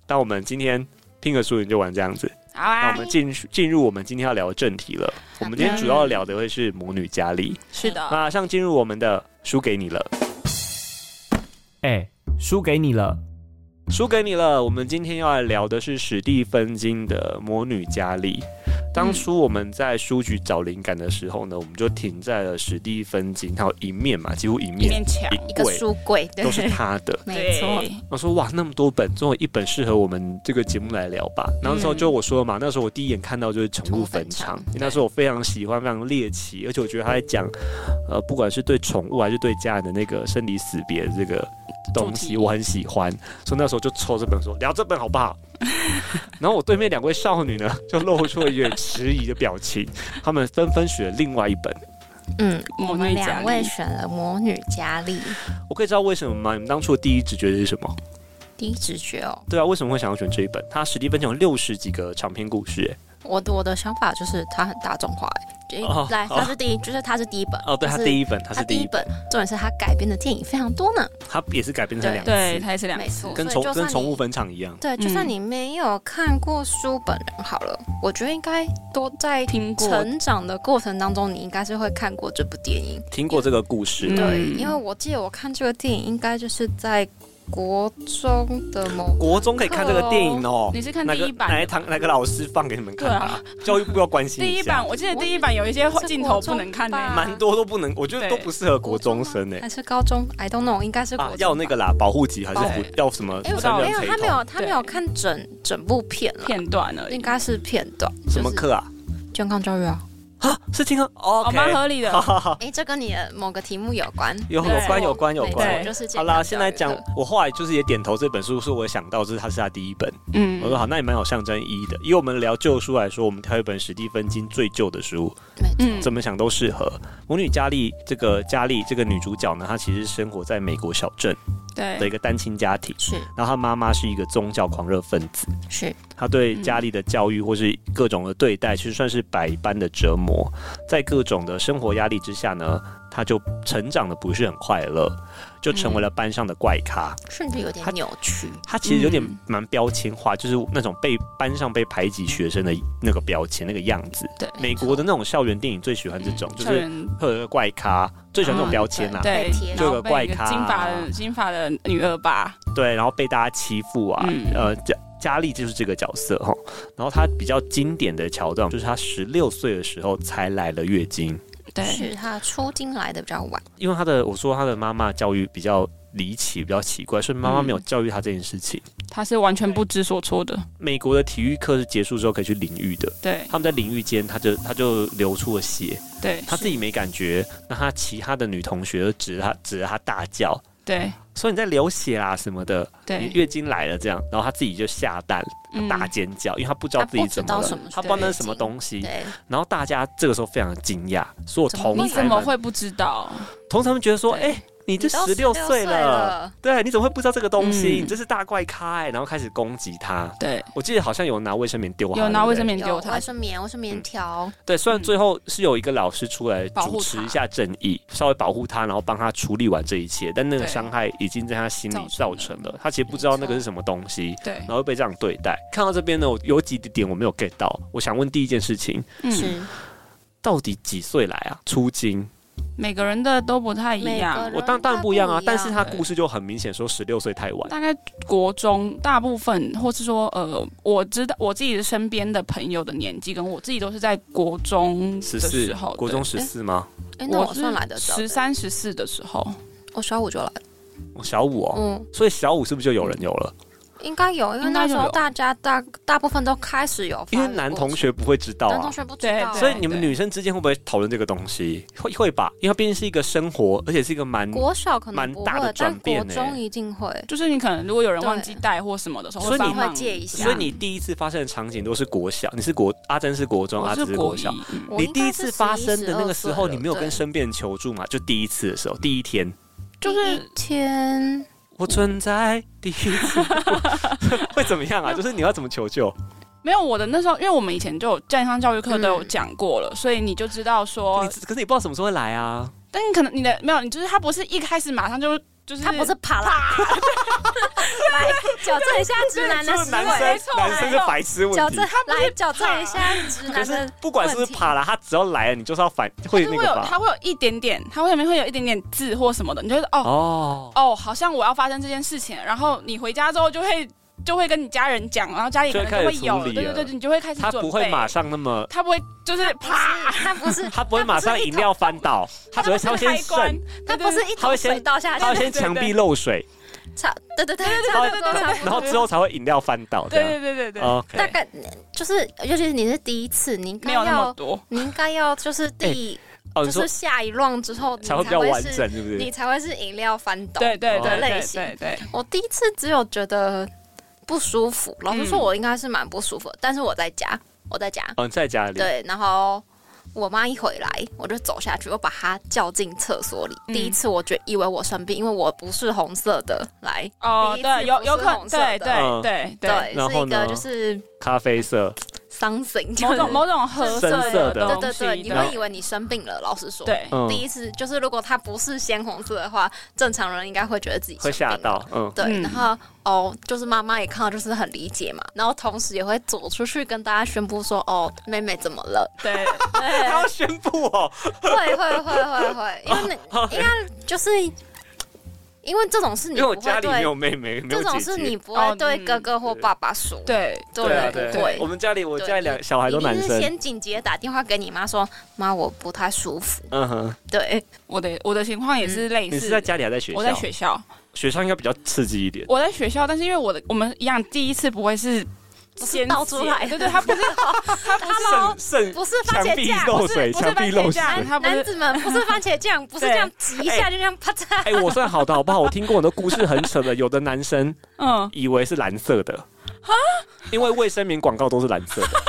E: 那我们今天拼个输赢就玩这样子。
C: 好啊，
E: 那我们进进入我们今天要聊的正题了。 我们今天主要聊的会是母女佳丽。
C: 嗯是的，
E: 马上进入我们的输给你了，
G: 哎，输给你了。
E: 输给你了。我们今天要来聊的是史蒂芬金的《魔女佳丽》。当初我们在书局找灵感的时候呢，我们就停在了史蒂芬金，还有一面嘛，几乎一
C: 一
E: 面
C: 面墙，
D: 一
E: 一
D: 个
E: 柜
D: 书柜，对
E: 都，是他的。
D: 没错，
C: 对
E: 我说哇，那么多本，总有一本适合我们这个节目来聊
C: 嗯
E: 吧。然后那时候就我说了嘛，那时候我第一眼看到就是《宠物坟场》
D: 宠
C: 嗯
D: 物坟场，
E: 那时候我非常喜欢，非常猎奇，而且我觉得他在讲，呃，不管是对宠物还是对家人的那个生离死别的这个东
C: 主题
E: 西，我很喜欢，所以那时候就抽这本说聊这本好不 好？然后我对面两位少女呢，就露出了有点迟疑的表情，她们纷纷选了另外一本。
D: 嗯，
C: 魔
D: 我
C: 女
D: 们
C: 佳
D: 两
C: 丽
D: 位选了《魔女佳丽》，
E: 我可以知道为什么吗？你们当初的第一直觉是什么？
D: 第一直觉哦，
E: 对啊，为什么会想要选这一本？它史蒂芬有六十几个长篇故事、欸
D: 我的我的想法就是它很大众化，哎就一
E: 哦
D: 来，
E: 好
D: 它是第一，就是它是第一本，
E: 哦，对，他
D: 是
E: 第一本，他
D: 它
E: 是第
D: 第
E: 一
D: 一
E: 本，
D: 本，重点是它改编的电影非常多呢，
E: 他也是改编成两
C: 对，
E: 次，
C: 它也是两
D: 没
C: 次
D: 错，
E: 跟宠
D: 所以就
E: 跟
D: 算
E: 宠
D: 你
E: 物坟场一样。
D: 对，就算
C: 嗯
D: 你没有看过书本人好了，我觉得应该都在
C: 听过，
D: 成长的过程当中，你应该是会看过这部电影。
E: 听过这个故事，
C: 嗯
D: 对，因为我记得我看这个电影应该就是在国中的某
E: 国中可以看这个电影哦。
C: 你是看
E: 哪
C: 第
E: 个
C: 一版
E: 哪一
C: 的
E: 堂哪个老师放给你们看
C: 对
E: 啊？教育部要关心
C: 第一
E: 下
C: 版，，我啊记得第一版有一些
D: 是
C: 镜头不能看
D: 国中
C: 呢，
D: 吧
E: 蛮多都不能，我觉得
C: 对
E: 都不适合国中生呢。
C: 啊
D: 还是高中，I don't know，应该是国
E: 啊
D: 中，
E: 要那个啦，保护级还
C: 保
E: 是
C: 护
E: 不要什么
D: 吧。哎，我
E: 成
D: 没
E: 人
D: 有，
E: 陪
D: 他没
C: 啊
E: 同？
D: 有，他没有看整整部片了，
C: 片段而已
D: 应，该是片段。
E: 什么？课啊？
D: 健康教育啊。
E: 啊，是听课
C: 哦，
E: ？OK，
C: 蛮合理
E: 好
C: 的，
E: 好好，
D: 哎，这跟你的某个题目有关。
E: 有
C: 对
E: 有关有关有
D: 没错
E: 关。
D: 就是健
E: 好
D: 康
E: 啦，现在
D: 教育
E: 讲
D: 的，
E: 我后来就是也点头，这本书是我想到，这是它是他第一本。
C: 嗯
E: 我说好，那也蛮有象征意义的。以我们聊旧书来说，我们挑一本史蒂芬金最旧的书，
D: 没错，
C: 嗯
E: 怎么想都适合。母女佳丽这个佳丽这个女主角呢，她其实生活在美国小镇的一
C: 对，
E: 个单亲家庭，
D: 是
E: 然后她妈妈是一个宗教狂热分子，
D: 是，
E: 她对家里的教育或是各种的对待，其实算是百般的折磨。在各种的生活压力之下呢，她就成长的不是很快乐，就成为了班上的怪咖。
D: 甚至有点
E: 他
D: 扭曲。
E: 他其实有点
C: 嗯
E: 蛮标签化，就是那种被班上被排挤学生的那个标签那个样子。
C: 对
E: 美国的那种校园电影最喜欢这种，就
C: 校
E: 是
C: 园
E: 会有一个怪咖，最喜欢这种
C: 嗯
E: 标签啊啦、
C: 对
D: 被贴，
E: 就有个
C: 然后被
E: 怪
C: 一个
E: 咖
C: 金发的金发的女二吧，
E: 对，然后被大家欺负啊，
C: 嗯
E: 呃，家佳丽就是这个角色哈。然后她比较经典的桥段就是她十六岁的时候才来了月经，
D: 是他出京来的比较晚，
E: 因为她的我说她的妈妈教育比较离奇，比较奇怪，所以妈妈没
C: 嗯
E: 有教育她这件事情。
C: 他是完全不知所措的。
E: 美国的体育课是结束之后可以去淋浴的，
C: 对
E: 他们在淋浴间，她就她就流出了血，
C: 对
E: 她自己没感觉，那她其他的女同学就指着她指着她大叫，
C: 对
E: 说你在流血啦什么的，你
C: 对，
E: 月经来了这样，然后她自己就下蛋
C: 嗯
E: 大尖叫，因为她不知道自己怎么
D: 他不知道
E: 了
D: 什么，是
E: 她不知道那是什么东西，
D: 对，
E: 然后大家这个时候非常惊讶，所有同
C: 你
E: 才
C: 怎么
E: 们
C: 会不知道？
E: 同才们觉得说，
D: 对
E: 哎、你这
D: 你都
E: 十六
D: 16
E: 岁
D: 岁
E: 了
D: 了，
E: 对，你怎么会不知道这个东西？
C: 嗯
E: 你这是大怪咖哎、然后开始攻击他。
C: 对，
E: 我记得好像有拿卫生棉丢他，
C: 有拿
E: 对不对
C: 卫生棉
D: 有
C: 丢
D: 卫
C: 他，
D: 生棉、卫
E: 嗯
D: 生棉条，
E: 对，虽然最后是有一个老师出来
C: 保
E: 主
C: 护他
E: 持一下正义，稍微保护他，然后帮他处理完这一切，但那个
C: 对
E: 伤害已经在他心里造
C: 造
E: 成
C: 成
E: 了，他其实不知道那个是什么东西，
C: 对
E: 然，后被这样对待。看到这边呢，我有几点我没有 get 到，我想问第一件事情，
C: 嗯，
D: 是
E: 到底几岁来啊？出经？
C: 每个人的都不太一
D: 每个
C: 样
D: 人。
E: 我当当然不一样啊，但是他
C: 对
E: 故事就很明显说十六岁太晚，
C: 大概国中大部分，或是说呃，我知道我自己身边的朋友的年纪，跟我自己都是在国中的
E: 十四
C: 时候，，
E: 国中十四吗？
D: 哎，那
C: 我
D: 我算来的早
C: 十，三十四的时候，
D: 我小五就来了，
E: 我小五哦，
D: 嗯，
E: 所以小五是不是就有人有了？
D: 应该有，因为
C: 应该
D: 那时
C: 就
D: 候
C: 有
D: 大家大大部分都开始有发育
E: 因
D: 过，
E: 为男同学不会知道
D: 男
E: 啊
D: 同。学不知道，欸
C: 对
E: 所以你们
C: 对
E: 女生之间会不会讨论这个东西？会会吧，因为它毕竟是一个生活，而且是一个蛮
D: 国小可
E: 蛮
D: 能不
E: 大的
D: 会，
E: 转
D: 但
E: 变
D: 国
E: 欸
D: 中一定会，
C: 就是你可能如果有人
D: 对
C: 忘记带或什么的时候，
E: 所以你
C: 帮忙
D: 会借一下
E: 所以你第一次发生的场景都是国小，你是国阿珍是国中，
C: 我
E: 阿
C: 是
E: 芝是
C: 国
E: 国
C: 一
E: 小。，
C: 嗯
D: 我
E: 你
D: 应
E: 第一
D: 该
E: 次
D: 是
E: 发
D: 11
E: 生的那个时候，
D: 12
E: 你没有跟
D: 对
E: 身边人求助嘛？就第一次的时候，第一天，
C: 就是
D: 第一天
E: 我存在第一次会怎么样啊？就是你要怎么求救？
C: 没有我的那时候，因为我们以前就有健康教育课都有讲过了，所以你就知道
E: 你
C: 说，
E: 可是你不知道什么时候会来啊？
C: 但你可能你的没有，你就是他不是一开始马上就就是
D: 他不是啪 啦，来矫正一下直男的
E: 就是
D: 思
E: 男
D: 维，
E: 生男生是白痴问
D: 矫
E: 题
D: 正。来矫正一下直
E: 可
D: 男
E: 是
D: 的，
E: 不管是不是爬了，他只要来了，你就是要反会
C: 就
E: 那
C: 会
E: 个
C: 有
E: 吧？
C: 它会有一点点，它会前面会有一点点字或什么的，你就会哦
E: 哦，
C: 哦，好像我要发生这件事情，然后你回家之后就会就会跟你家人讲，然后家里可能就会有
E: 就会开始处理
C: 对对
E: 了
C: 对，你就会开始
E: 他
C: 准备。
E: 不会马，上那么，
C: 他不会就是啪，
D: 他不是
E: 他不会马上饮料翻倒，他只会他会先
C: 开关
E: 渗，，
D: 他不是一
E: 他会
D: 桶
E: 先
D: 水倒下去
E: 他，会先墙壁漏水，
D: 差对对对
C: 对
D: 差
C: 对
D: 不
C: 对
D: 多
C: 对
D: 差不
E: 然后
D: 多。
E: 之后才会饮料翻倒这
C: 对
E: 样。哦
C: 对对对对，
E: OK，
D: 大概就是，尤其是你是第一次，你应该
C: 没有那么
D: 要，
C: 多。哎
D: 你应该要就是第
E: 哦，
D: 就
E: 你说
D: 是下一浪之后，你
E: 才会比较完
D: 是
E: 整，是不
D: 你
E: 是？
D: 才会是饮料翻倒。
C: 对对对
D: 的
C: 对
D: 类型
C: 对对，
D: 我第一次只有觉得不舒服，老实说，我应该是蛮不舒
C: 嗯
D: 服的，但是我在家，我在家，
E: 哦，你在家里，
D: 对，然后我妈一回来，我就走下去，我把她叫进厕所里。
C: 嗯
D: 第一次我觉以为我生病，因为我不是红色的，来，
C: 哦
D: 第一次
C: 对，有
D: 不是
C: 有可能，
D: 红色
C: 对
D: 的
E: 嗯
C: 对对对，
D: 对，
E: 然
D: 是
E: 后
D: 一
E: 呢
D: 个就是
E: 咖啡色，
D: something，就
C: 某
D: 是
C: 种某种褐色
E: 深色的
C: 东
D: 对
C: 西，
D: 对对，你
C: 然
D: 会
C: 后
D: 以为你生病了。老实说，
C: 对
E: 嗯
D: 第，一次就是如果它不是鲜红色的话，正常人应该会觉得自己
E: 会
D: 生
E: 吓
D: 病了
E: 到，嗯，
D: 对，
C: 嗯
D: 然后哦，就是妈妈也看到，就是很理解嘛，然后同时也会走出去跟大家宣布说，哦，妹妹怎么了？
C: 对，
E: 他要宣布哦，
D: 会会会会会，因为那应该就是因为这种事
E: 因
D: 你
E: 为
D: 不
E: 我
D: 会
E: 家里
D: 对，
E: 没有妹妹，没有姐
D: 这种
E: 姐
D: 事。你不
C: 哦
D: 会对
C: 嗯
D: 哥哥或爸爸说，
C: 对
D: 对
E: 对啊，
D: 不
E: 对
D: 会
E: 我。们家里我
D: 对
E: 家里两小孩
D: 你
E: 都
D: 一
E: 男
D: 定是
E: 生，
D: 先紧急地打电话给你妈说，妈我不太舒服。
E: 嗯哼，
D: 对，
C: 我的我的情况也是类
E: 嗯
C: 似，
E: 你是在家里还是在学校？
C: 我在学校，
E: 学校应该比较刺激一点。
C: 我在学校，但是因为我的我们一样，第一次不会是
D: 不是
C: 先
D: 倒出来
C: 写对对，他不是他不是
E: 肾肾
D: 不是番
E: 墙
D: 茄
E: 壁
D: 酱，
E: 漏
C: 不是
E: 水，
C: 不是
E: 墙壁
C: 番
E: 漏水。
C: 茄酱他不
D: 男
C: 是
D: 子们不是番茄 酱，不是
C: 对
D: 这样挤一下就这样啪嚓。
E: 哎、我算好的好不好？我听过很多故事，很扯的。有的男生
C: 嗯，
E: 以为是蓝色的，因为卫生棉广告都是蓝色 的。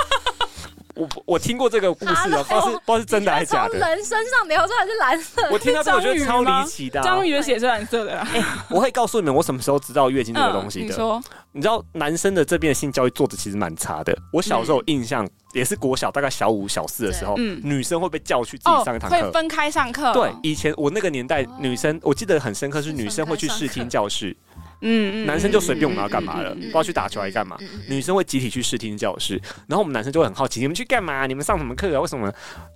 E: 我我听过这个故事啊，不知道是不
C: 哦
E: 知道是真的还是假
D: 从
E: 的。
D: 人身上流出来是蓝色，
E: 我听到这个我觉得
C: 是
E: 超
C: 章鱼吗
E: 离奇的、啊
C: 章。鱼的血是蓝色的啦，嗯
E: 我会告诉你们，我什么时候知道月经这个东西
C: 你
E: 的。
C: 说
E: 你知道男生的这边的性教育做的其实蛮差的。我小时候印象也是国小，大概小五、小四的时候，
C: 对嗯
E: 女生会被叫去自己
C: 哦
E: 上一堂，课。
C: 会分开上课，
E: 对，以前我那个年代
D: 哦，
E: 女生我记得很深刻，是
D: 是
E: 女
D: 分
E: 生会
D: 开
E: 去
D: 上
E: 视
D: 课
E: 听教室，
C: 嗯
E: 男生就随便我们要干嘛了，
D: 嗯
E: 不知道去打球还干嘛。
D: 嗯嗯
E: 女生会集体去视听教室，然后我们男生就会很好奇，你们去干嘛？你们上什么课啊？为什么？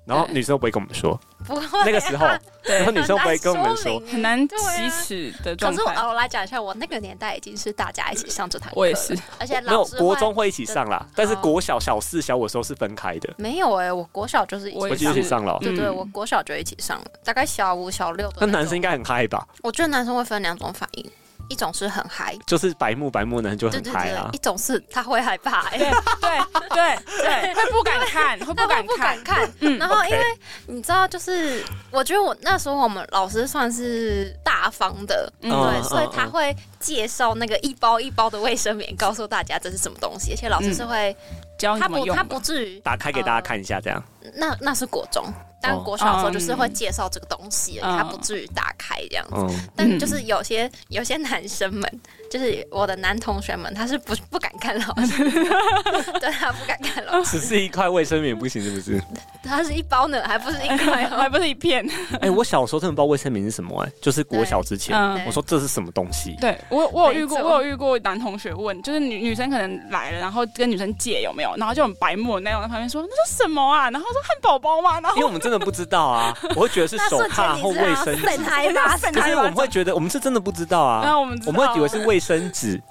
E: 然后
C: 对
E: 女生都不会跟我们 说，
D: 不会啊
E: 那个时候， 然后女生不会跟我们说，
C: 嗯很难
D: 对啊
C: 启齿的
D: 可
C: 状
D: 是我哦
C: 态。
D: 我来讲一下，我那个年代已经是大家一起上这堂课了，
C: 我也是，
D: 而且
E: 没有
D: 老师会
E: 国中会一起上啦，但是
D: 哦
E: 国小小四、小五的时候是分开的，
D: 没有哎、我国小就是
C: 我
E: 我
C: 也
D: 一
E: 记得
D: 起上
E: 一起，上了哦。
D: 对对，
C: 嗯
D: 我国小就一起上了，大概小五小六的
E: 那
D: 种
E: 男生应该很嗨吧？
D: 我觉得男生会分两种反应，一种是很嗨，
E: 就是白目白目的男生就
D: 对
E: 很
D: 对
E: 嗨
D: 对
E: 啊，
D: 一。种是他会害怕、欸，
C: 对对对对，会不敢 看，会
D: 他
C: 不
D: 会
C: 敢
D: 不
C: 看
D: 敢。看。
C: 嗯
D: 然后因为你知道，就是我觉得我那时候我们老师算是大方的，
C: 嗯
D: 对，
E: 嗯
D: 所以
E: 嗯
D: 他会介绍那个一包一包的卫生棉，告诉大家这是什么东西，而且老师是会，
C: 教你
D: 他
C: 嗯怎么
D: 不
C: 用
D: 他
C: 的。
D: 不至于
E: 打开给大家看一下，这样。
D: 那那是国中，但
E: 哦
D: 国小的时候就是会介绍这个东西，
C: 嗯
D: 他不至于打开这样子。
E: 嗯，
D: 但就是有些有些男生们，就是我的男同学们，他是不不敢看老师 的，对他不敢看老师，
E: 只是一块卫生棉不行是不 是？
D: 他是一包呢，还不是一块哦、
C: 还不是一片，
E: 哎，我小时候真的不知道卫生棉是什么，哎，就是国小之前，
C: 嗯，
E: 我说这是什么东西？
C: 对我我有遇过，
D: 没错
C: 我有遇过男同学问，就是女女生可能来了，然后跟女生借有没有，然后就很白目的那种在旁边说那是什么啊，然后说汉堡包吗？然
E: 因为
C: 后
E: 我们真的不知道啊，我会觉得是
D: 那
E: 手
D: 瞬
E: 帕
D: 间
E: 或
D: 你
E: 卫
D: 是
E: 生
D: 要
E: 纸，
D: 扇他 一啊巴掌，
E: 可是我们会觉得我们是真的不知道
C: 然
E: 啊，
C: 后我们知
E: 我
C: 道
E: 们会以为是卫生 纸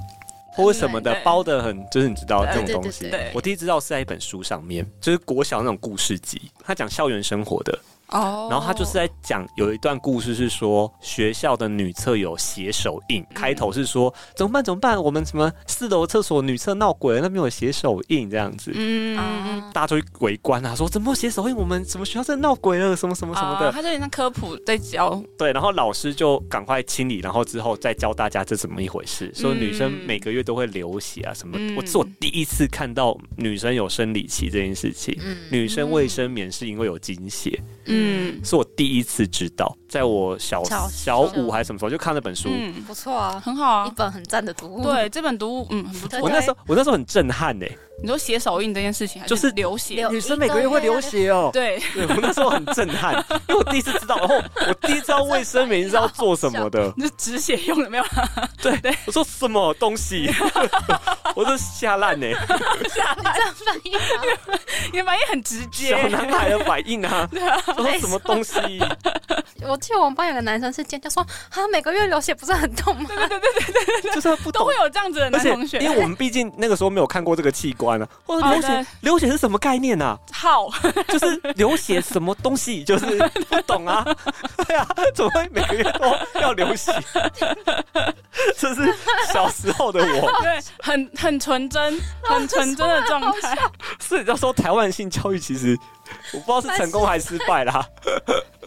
E: 或者什么的
C: 对
E: 包的很，就是你知道这种东
D: 对
E: 西
C: 对对对。
E: 我第一次知道是在一本书上面，就是国小那种故事集，他讲校园生活的，
C: 哦
E: 然后他就是在讲有一段故事是说学校的女厕有血手印，开
C: 嗯
E: 头是说怎么办怎么办，我们什么四楼厕所女厕闹鬼了，那边有血手印这样子。
C: 嗯嗯
D: 啊，
E: 大家就去围观啊，说怎么有血手印？我们什么学校在闹鬼了？什么什么什么的
C: 啊，他就有点像科普在教，
E: 对，然后老师就赶快清理，然后之后再教大家这怎么一回事。说女生每个月都会流血啊什么，
C: 嗯
E: 我这是我第一次看到女生有生理期这件事情。
D: 嗯
E: 女生卫生棉是因为有经血，
C: 嗯
E: 是我第一次知道，在我小
D: 小
E: 小五还是什么时候就看那本书。
C: 嗯，
D: 不错啊，
C: 很好
D: 一
C: 啊。
D: 本很赞的读物。
C: 对，这本读物嗯很不错。
E: 我那时候，我那时候很震撼哎、
C: 你说写手印这件事情，还
E: 就是
C: 流血
D: 流，
E: 女生每个月会流血哦、
C: 对，
E: 对，我那时候很震撼，因为我第一次知道，然后我第一次知道卫生棉是要做什么的。
C: 就止血用了没有？
E: 我说什么东西？ 我这吓烂欸呢，
D: 反应啊，
C: 你反应很直接
E: 小，男孩的反应啊！我 说什么东 西？
C: 啊
D: 我记得我们班有个男生是尖叫说：“啊，每个月流血不是很痛吗
E: 就是他不
C: 都
E: 懂
C: 会。有这样子的
E: 而
C: 男
E: 且
C: 同，学，
E: 因为我们毕竟那个时候没有看过这个器官啊，我说流
C: 哦对
E: 血流血是什么概念 啊？
C: 好，
E: 就是流血什么东西，就是不懂啊。 对啊，怎么会每个月都要流血？ 这是小时候的我，
C: 对，很很 纯真，很纯真的状态。
E: 是要说台湾性教育其实我不知道是成功还是失败啦，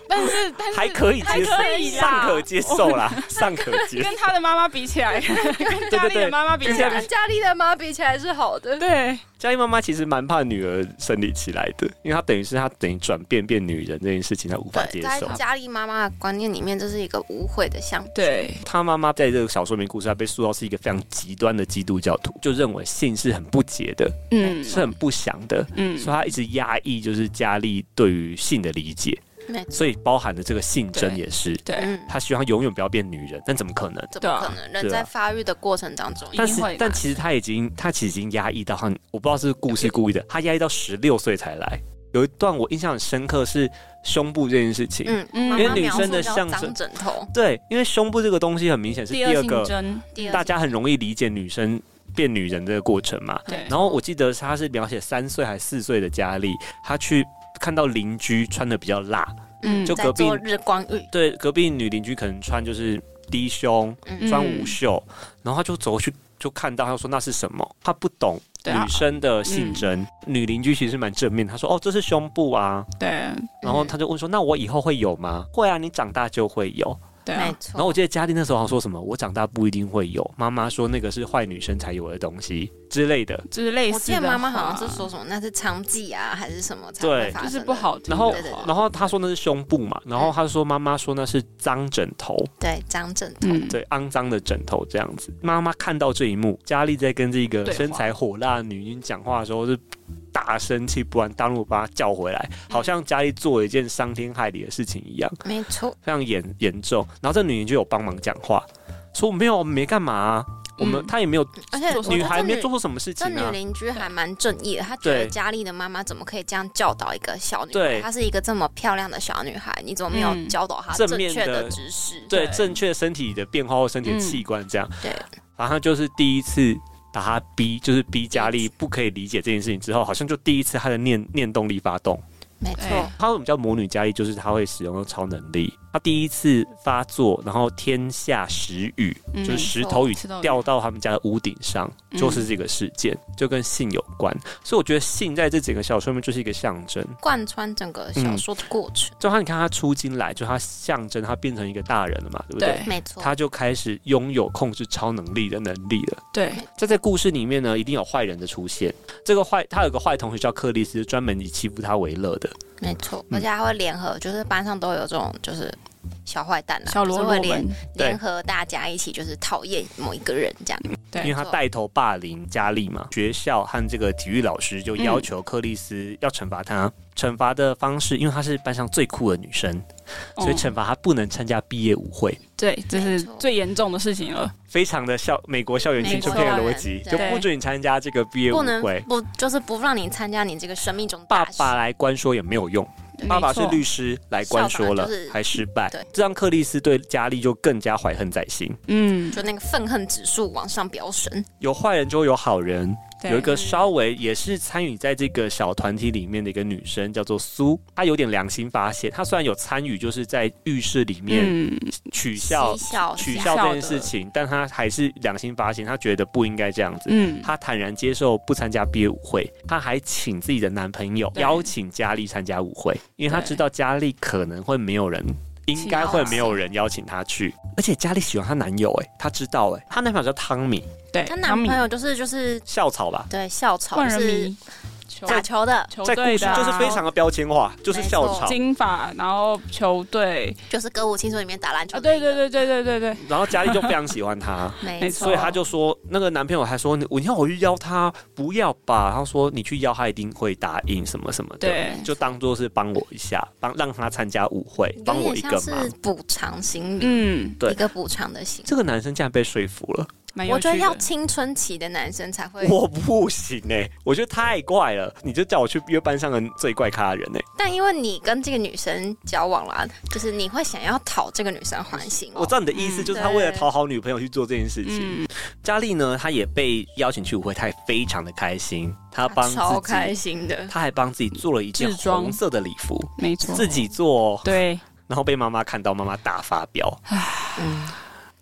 C: 但是但是
E: 还可以接受
C: 还可以，啦
E: 尚可接受 啦，尚可接受
C: 跟。他的妈妈比起 来，跟家里的妈妈比起？”来
D: 跟，家里的妈比起来是好的。
C: 对，
E: 佳怡妈妈其实蛮怕女儿生理期来的，因为她等于是她等于转变变女人这件事情，她无法接
D: 对，在
E: 受。
D: 家里妈妈的观念里面，这是一个污秽的象征。
C: 对，
E: 她妈妈在这个小说里面故事，她被塑造是一个非常极端的基督教徒，就认为性是很不洁的，
C: 嗯
E: 是很不祥的，
C: 嗯
E: 所以她一直压抑就是佳丽对于性的理解，
D: 没错，
E: 所以包含的这个性征也是，
C: 对，
D: 嗯，
E: 她希望她永远不要变女人，但怎么可能？
D: 怎
C: 对
D: 么
C: 啊
D: 可能？人
E: 对啊
D: 在发育的过程当中，
E: 但
C: 一
E: 是
C: 定会，
E: 但
C: 的
E: 其实她已经，她其实已经压抑到她，我不知道是故事故意的，她压抑到十六岁才来。有一段我印象很深刻是胸部这件事情，
D: 嗯，
C: 嗯
D: 妈
C: 因
D: 妈
C: 为
E: 女生的
D: 描述叫
E: 象征
D: 长枕头，
E: 对，因为胸部这个东西很明显是第
C: 第
E: 二
C: 二
E: 个
C: 性征，
D: 第二
E: 大家很容易理解女生变女人这个过程嘛。
C: 对，
E: 然后我记得她是描写三岁还四岁的佳丽，她去看到邻居穿的比较辣，
C: 嗯
E: 就
D: 在
E: 隔壁
D: 做日光浴，
E: 对，隔壁女邻居可能穿就是低胸、
D: 嗯
E: 穿无袖，然后她就走过去就看到，她说那是什么？她不懂。
C: 对啊嗯
E: 女生的性征，女邻居其实蛮正面。她说：“哦，这是胸部啊。
C: 对”
E: 然
D: 嗯
E: 后她就问说：“那我以后会有吗？”“会啊，你长大就会有。”
C: 对
D: 没
C: 啊，
D: 错。
E: 然后我记得嘉莉那时候好像说什么，我长大不一定会有，妈妈说那个是坏女生才有的东西之类的。
C: 就是类似的话。
D: 我记得妈妈好像是说什么那是娼妓啊，还是什么才
E: 对
D: 会发
C: 就
D: 生的，
C: 是不好听的
E: 然
C: 话，
E: 后
D: 对对对
E: 然后她说那是胸部嘛，
C: 嗯
E: 然后她说妈妈说那是脏枕头，
D: 对长枕头，
C: 嗯，
E: 对，肮脏的枕头这样子。妈妈看到这一幕，佳丽在跟这个
C: 对话
E: 身材火辣的女婴讲话的时候是。大生气，不然大怒把她叫回来，好像佳丽做了一件伤天害理的事情一样，
D: 没错，
E: 非常严严重。然后这女婴就有帮忙讲话，说没有，我们没干嘛啊、我们、
C: 嗯
E: 他也没有，
D: 而且我觉得
E: 女孩
D: 这
E: 没做错什么事情
D: 这女
E: 啊。
D: 邻居还蛮正义的，她觉得
E: 对
D: 佳丽的妈妈怎么可以这样教导一个小女孩？
E: 对
D: 她是一个这么漂亮的小女孩，你怎么没有
C: 嗯
D: 教导她
E: 正
D: 正
E: 面
D: 确
E: 的
D: 的知识？
E: 对
C: 对
E: 正确身体的变化或身体的器官这样，
D: 对，
E: 然后他就是第一次把他逼，就是逼佳丽不可以理解这件事情之后，好像就第一次他的念念动力发动。
D: 没错
C: 哎，
E: 他为什么叫魔女佳丽？就是他会使用超能力。他第一次发作，然后天下石雨，
C: 嗯
E: 就是石头雨
C: 石头雨
E: 掉到他们家的屋顶上，
C: 嗯
E: 就是这个事件，就跟性有关。所以我觉得性在这整个小说里面就是一个象征。
D: 贯穿整个
E: 嗯
D: 小说的过程，
E: 就他你看他出京来，就他象征他变成一个大人了嘛，对不对？
C: 对
D: 没错。
E: 他就开始拥有控制超能力的能力了。
C: 对，
E: 在这故事里面呢，一定有坏人的出现。这个坏，他有个坏同学叫克里斯，专门以欺负他为乐的。
D: 没错，
E: 嗯
D: 而且还会联合，就是班上都有这种就是小坏蛋啦，
C: 小罗
D: 就是
C: 罗
D: 会联
C: 们，
E: 对
D: 联合大家一起就是讨厌某一个人这样。
C: 对，
E: 因为他带头霸凌佳丽嘛，学校和这个体育老师就
D: 嗯
E: 要求克里斯要惩罚他。惩罚的方式，因为她是班上最酷的女生，所以
D: 哦
C: 嗯
E: 惩罚她不能参加毕业舞会，
C: 对，这
D: 没
C: 是
D: 错
C: 最严重的事情了。
E: 非常的校美国校园青春片的逻辑，
D: 美
E: 就
D: 国校园
C: 对
E: 不准你参加这个毕业舞
D: 哦不能
E: 会。
D: 不就是不让你参加你这个生命中的
E: 爸
D: 大事
E: 爸来关说也没有用，爸爸是律师来关说了
D: 校长就是
E: 还失败
D: 对，
E: 这让克里斯对佳丽就更加怀恨在心。
C: 嗯，
D: 就那个愤恨指数往上飙升，
E: 有坏人就有好人，
C: 对
E: 有一个稍微也是参与在这个小团体里面的一个女生叫做苏，她有点良心发现，她虽然有参与就是在浴室里面
C: 嗯，
E: 取笑、
D: 嬉笑
E: 取
D: 一
E: 笑
D: 下
E: 这件
C: 的
E: 事情，但她还是良心发现，她觉得不应该这样子。
C: 嗯，
E: 她坦然接受不参加毕业舞会，她还请自己的男朋友
C: 对
E: 邀请佳丽参加舞会，因为她
C: 对
E: 知道佳丽可能会没有人，应该会没有人邀请她去，而且佳丽喜欢她男友、欸，哎，她知道、欸，哎，她男朋友叫汤米，
C: 对，
D: 她
C: 汤
D: 男
C: 米
D: 朋友就是就是
E: 校草吧，
D: 对校草
C: 万
D: 就
C: 人
D: 是
C: 迷，球
D: 打球的，
C: 球
E: 在故
C: 队
E: 事
C: 的啊
E: 就是非常的标签化，就是校
D: 没错
E: 草，
C: 金发，然后球队
D: 就是歌舞青春里面打篮球
C: 啊，
D: 的
C: 对
D: 那个、
C: 对对对对对对，
E: 然后佳丽就非常喜欢他。
D: 没
C: 没
D: 错
C: 错。
E: 所以他就说，那个男朋友还说，你你要我去邀他，不要吧。他说你去邀他一定会答应什么什么的，
C: 对
E: 就当做是帮我一下，帮让他参加舞会，
D: 有
E: 哎帮我
D: 点
E: 一个
D: 像
E: 忙
D: 是。补偿心理，
C: 嗯，
E: 对
D: 一个补偿的心。
E: 这个男生竟然被说服了，
C: 蛮有
D: 我
C: 趣的嗯
D: 觉得要青春期的男生才会，
E: 我不行哎、我觉得太怪了，你就叫我去约班上的最怪咖的人哎、
D: 但因为你跟这个女生交往啦，就是你会想要讨这个女生欢心、哦
E: 我知道你的意思，
C: 嗯
E: 就是他为了讨好女朋友去做这件事情。
C: 嗯，
E: 佳丽呢，她也被邀请去舞会，她也非常的开心，她
D: 她
E: 帮自
D: 超
E: 己
D: 开心的，
E: 他还帮自己做了一件
C: 制装
E: 红色的礼服，
C: 没错，
E: 自己做哦，
C: 对，
E: 然后被妈妈看到，妈妈大发飙。
D: 嗯，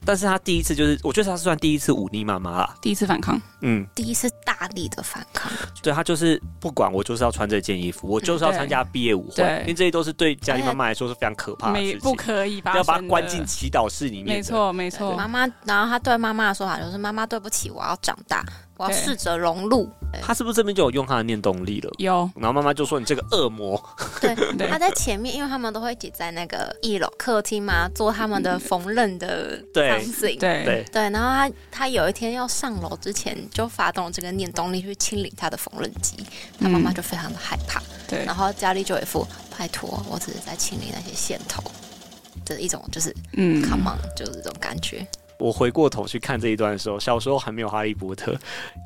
E: 但是他第一次就是，我觉得他算第一次忤逆妈妈啦。
C: 第一次反抗，
E: 嗯，
D: 第一次大力的反抗，
E: 对他就是不管我就是要穿这件衣服，我就是要参加毕业舞会，
C: 嗯对
E: 因为这些都是对家里妈妈来说是非常可怕的
C: 没
E: 事
C: 不
E: 情，
C: 可以发生
E: 要
C: 的，
E: 把他关进祈祷室里面。
C: 没，错没错，
D: 妈妈，然后他对妈妈的说法就是：“妈妈，对不起，我要长大，我要
C: 对
D: 试着融入。
E: 他是不是这边就有用他的念动力了？
C: 有
E: 然后妈妈就说：“你这个恶魔。
C: 对
D: 他在前面，因为他们都会一起在那个一楼客厅 嘛，做他们的缝纫的
E: 对
D: something。
C: 对
E: 对，
D: 对，然后他他有一天要上楼之前，就发动了这个念动力去清理他的缝纫机，他妈妈就非常的害怕，
C: 对
D: 然后佳丽就有一副拜托，我只是在清理那些线头的一种，就是、
C: 嗯
D: come on，就是这种感觉。
E: 我回过头去看这一段的时候，小时候还没有《哈利波特》，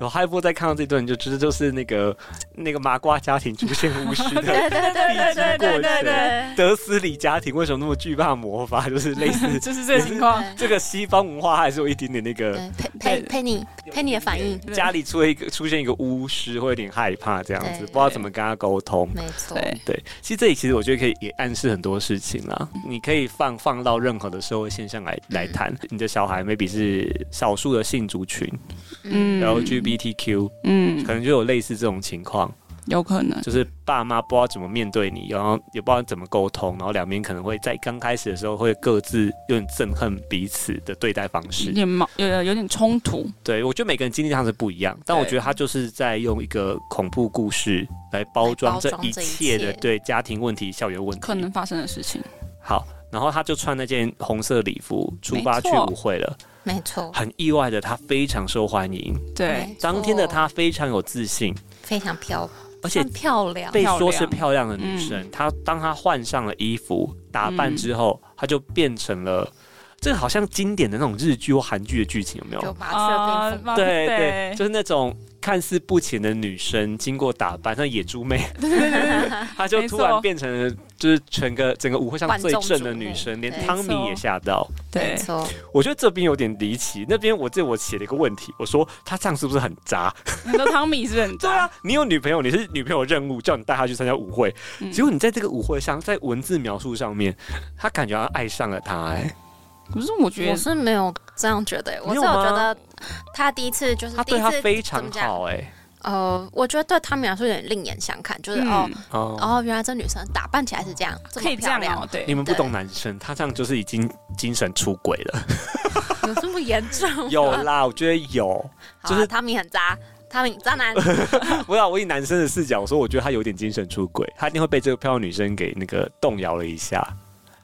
E: 有《哈利波特》在看到这段，你就知道就是那个那个麻瓜家庭出现巫师的
D: 对对对对对对对对，
E: 德斯里家庭为什么那么惧怕魔法？就是类 似
C: 就是这个情况，
E: 这个西方文化还是有一点点那个，
D: 对，佩佩佩妮佩妮的反应，
C: 对
E: 家里出了一个出现一个巫师，会有点害怕这样子，
D: 对
E: 不知道怎么跟他沟通。
D: 没错，
C: 对
E: 对，其实这里其实我觉得可以也暗示很多事情啦。你可以放放到任何的社会现象来来谈，你的小孩 maybe 是少数的性族群
C: 嗯
E: LGBTQ，
C: 嗯
E: 可能就有类似这种情况，
C: 有可能，
E: 就是爸妈不知道怎么面对你，然后也不知道怎么沟通，然后两边可能会在刚开始的时候会各自有点憎恨彼此的对待方
C: 有
E: 式。
C: 点矛有有有点冲突，
E: 对我觉得每个人经历上是不一样，但我觉得他就是在用一个恐怖故事来包装
D: 来包
E: 这
D: 装
E: 一
D: 这一
E: 切的
D: 切
E: 对家庭问题、校园问题。
C: 可能发生的事情，
E: 好。然后他就穿那件红色礼服出
C: 没
E: 发去
C: 错
E: 舞会了，
D: 没错，
E: 很意外的他非常受欢迎。
C: 对，
E: 当天的她非常有自信，
D: 非常漂，
E: 而且
D: 算漂亮，
E: 被
C: 啊漂
E: 说是
C: 亮嗯
E: 漂亮的女生，她当她换上了衣服打扮之后，她就变成了。这个好像经典的那种日剧或韩剧的剧情有没有
D: 就？麻雀变
C: 啊
E: 对
C: 对
E: 对，就是那种看似不前的女生，经过打扮，像野猪妹， 她就
C: 没
E: 突
C: 错
E: 然变成了就是整个整个舞会上
D: 万
E: 最
D: 众
E: 正
D: 瞩
E: 的
D: 目
E: 女生，连
D: 对
E: 汤
C: 没错
E: 米也吓到。
D: 疯，没
C: 对，
D: 错，
E: 我觉得这边有点离奇，那边我这我写了一个问题，我说她这样是不是很渣？
C: 你说汤米是不是很
E: 对啊，你有女朋友，你是女朋友任务，叫你带她去参加舞会，
C: 嗯
E: 结果你在这个舞会上，在文字描述上面，她感觉她爱上了他、哎，
C: 可是我觉
D: 我
C: 得
D: 是没有这样觉得，我
E: 你
D: 是
E: 有
D: 有
E: 吗
D: 觉得他第一次就是
E: 她
D: 第
E: 对
D: 一
E: 她
D: 次
E: 非
D: 怎
E: 常
D: 么讲
E: 好、欸
D: 呃，我觉得对他们来说有点另眼相看，就是、哦
C: 嗯，，
E: 哎，哦
D: 哦，原来这女生打扮起来是这样，这
C: 可
D: 么
C: 以这
D: 漂
C: 样
D: 亮，
C: 哦，对
E: 你，们不
D: 对
E: 懂男生，他这样就是已经精神出轨 了。
D: 有这么严重？
E: 有啦，我觉得有。
D: 好
E: 就
D: 啊，
E: 是
D: 汤米很渣，汤米 渣男，
E: 不要，我以男生的视角说，我觉得他有点精神出轨，他一定会被这个漂亮女生给那个动摇了一下。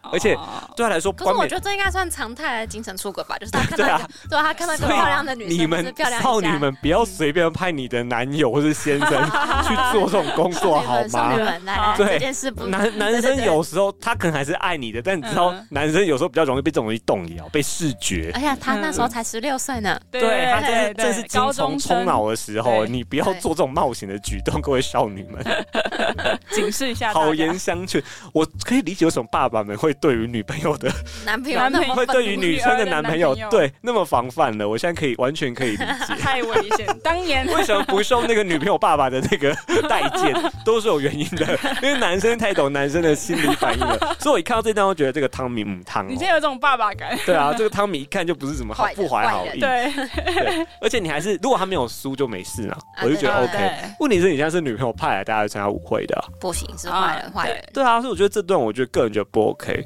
E: 而且
C: 哦
E: 对他来说，
D: 可是
E: 冠
D: 我
E: 冕
D: 觉得这应该算常态的精神出轨吧，就是他看到
E: 对
D: 一
E: 啊
D: 个，对啊，他看到一个
E: 所以
D: 漂亮的女生，
E: 你
D: 就是
E: 们
D: 漂亮一下
E: 少女们不要随便派你的男友或是先 生去做这种工作好
D: 少女
E: 吗？
D: 们，来来，
E: 对
D: 这件事不
E: 男男生有时候他可能还是爱你的，但你知道
C: 嗯，哎
E: 男生有时候比较容易被这种东西动摇，被视觉。
D: 而且他那时候才十六岁呢，
C: 对
E: 对他这是
C: 对
E: 这是精
C: 高
E: 虫
C: 中
E: 冲
C: 生，
E: 脑的时候，
C: 对
E: 你不要
D: 对
E: 做这种冒险的举动，各位少女 们。
C: 警示一下大家
E: 好言相劝，我可以理解为什么爸爸们会对于女朋友 的，
D: 男朋友
C: 男
D: 那
C: 朋友
D: 么
E: 会
D: 愤
E: 对
D: 怒
E: 于
C: 女
E: 女生
C: 儿
E: 的
C: 的
E: 男
C: 男
E: 朋友
C: 朋友
E: 对那么防范了。我现在可以完全可以 理解，
C: 太危 险，当年
E: 为什么不受那个女朋友爸爸的那个待见，都是有原因的。因为男生太懂男生的心理反应了，所以我一看到这段，我觉得这个汤米母汤、
C: 你
E: 哦
C: 现。在有种爸爸感，
E: 对啊，这个汤米一看就不是什么好
D: 坏人
E: 不怀好
D: 坏人
E: 意，
C: 对
E: 对而且你还是如果他没有输就没事了，
D: 啊
E: 我就觉得
D: 对
E: OK。
C: 对
E: 问题是你现在是女朋友派来大家去参加舞会的啊、
D: 不行，是坏人，
C: 啊
D: 坏人，
E: 对啊，所以我觉得这段，我觉得个人觉得不 OK。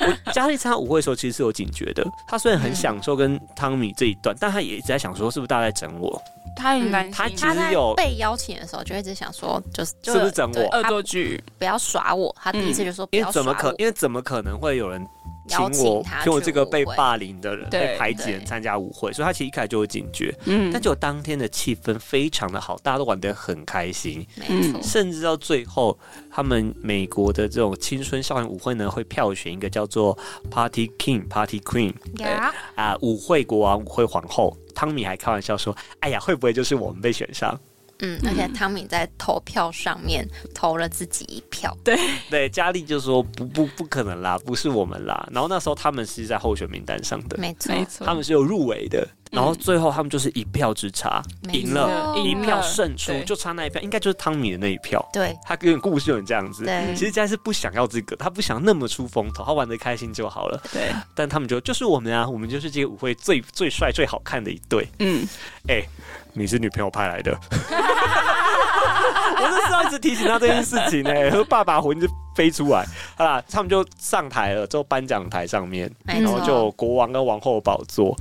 E: 我佳丽参加舞会的时候，其实是有警觉的。她虽然很享受跟汤米这一段，但她也一直在想说，是不是大家在整我？
C: 他
D: 嗯
C: 很担
E: 他
C: 心
E: 其
D: 他
E: 实
D: 在
E: 有
D: 被邀请的时候就一直想说，就是就是
E: 不是整我
D: 对
C: 恶
D: 他
C: 作剧，
D: 不要耍我，他第一次就说不
E: 因
D: 要
E: 为怎
D: 耍我
E: 么，可，因为怎么可能会有人请
D: 邀
E: 我
D: 请他
E: 请我
D: 去
E: 这个被
D: 舞会
E: 霸凌的人、
C: 对
E: 被排挤的人参加舞会？所以她其实一开始就有警觉。
C: 嗯
E: 但就当天的气氛非常的好，大家都玩得很开心，
D: 没错
C: 嗯，
E: 甚至到最后，他们美国的这种青春校园舞会呢，会票选一个叫做 Party King、Party Queen。
D: 呀，
E: 啊、舞会国王、舞会皇后，汤米还开玩笑说：“哎呀，会不会就是我们被选上
D: 嗯，而且汤米在投票上面投了自己一票，？”
E: 对，佳丽就说：“不不，不可能啦，不是我们啦。”然后那时候他们是在候选名单上的，
D: 没错，
C: 没错，
E: 他们是有入围的，然后最后他们就是一票之差，
D: 没
E: 赢
D: 错
E: 了，
C: 赢
E: 一
C: 了
E: 票胜出，
C: 对
E: 就差那一票，应该就是汤米的那一票。
D: 对
E: 他有点故事有点这样子。
D: 对
E: 其实佳丽是不想要这个，他不想那么出风头，他玩的开心就好了。
C: 对，
E: 但他们就就是我们啊，我们就是这个舞会最最帅、最好看的一对。
C: 嗯，
E: 你是女朋友派来 的。我那时候一直提醒他这件事情呢、欸，爸爸魂就飞出来。好啦，他们就上台了，之后颁奖台上面，
D: 没
E: 然
D: 错，
E: 后就有国王跟王后的宝座，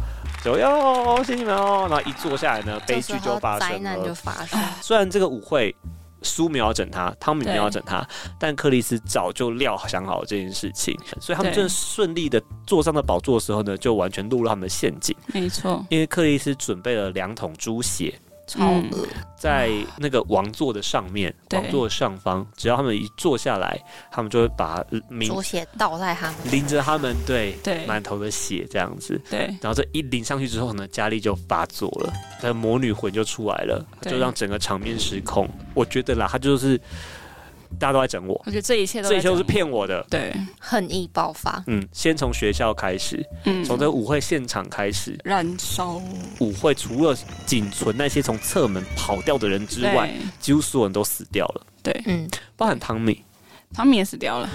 E: 就哟，谢谢你们哦。然后一坐下来呢，悲
D: 这
E: 剧
D: 时
E: 就
D: 候
E: 发
D: 灾
E: 生
D: 难就
E: 了。嗯
D: 发生，
E: 虽然这个舞会。苏没有要整他，汤米没有要
C: 对
E: 整他，但克里斯早就料想好这件事情，所以他们
C: 对
E: 正顺利的坐上了宝座的时候呢，就完全落入他们的陷阱。
C: 没错，
E: 因为克里斯准备了两桶猪血，
D: 超
C: 嗯
D: 恶，
E: 在那个王座的上面，
C: 对
E: 王座的上方，只要他们一坐下来，他们就会把名
D: 猪血倒在他们
E: 淋着他们对
C: 对
E: 满头的血这样子。
C: 对，
E: 然后这一淋上去之后呢，佳丽就发作了，她的魔女魂就出来了，
C: 对
E: 就让整个场面失控。我觉得啦，她就是大家都在整我，
C: 我觉得这一切都
E: 这一切都是
C: 在
E: 骗我的。
C: 对，
D: 恨意爆发，
E: 嗯，先从学校开始，
C: 嗯
E: 从这个舞会现场开始。
C: 燃烧
E: 舞会除了仅存那些从侧门跑掉的人之外，，几乎所有人都死掉了，
D: 嗯，
E: 包含汤米。
C: 他们也死掉了，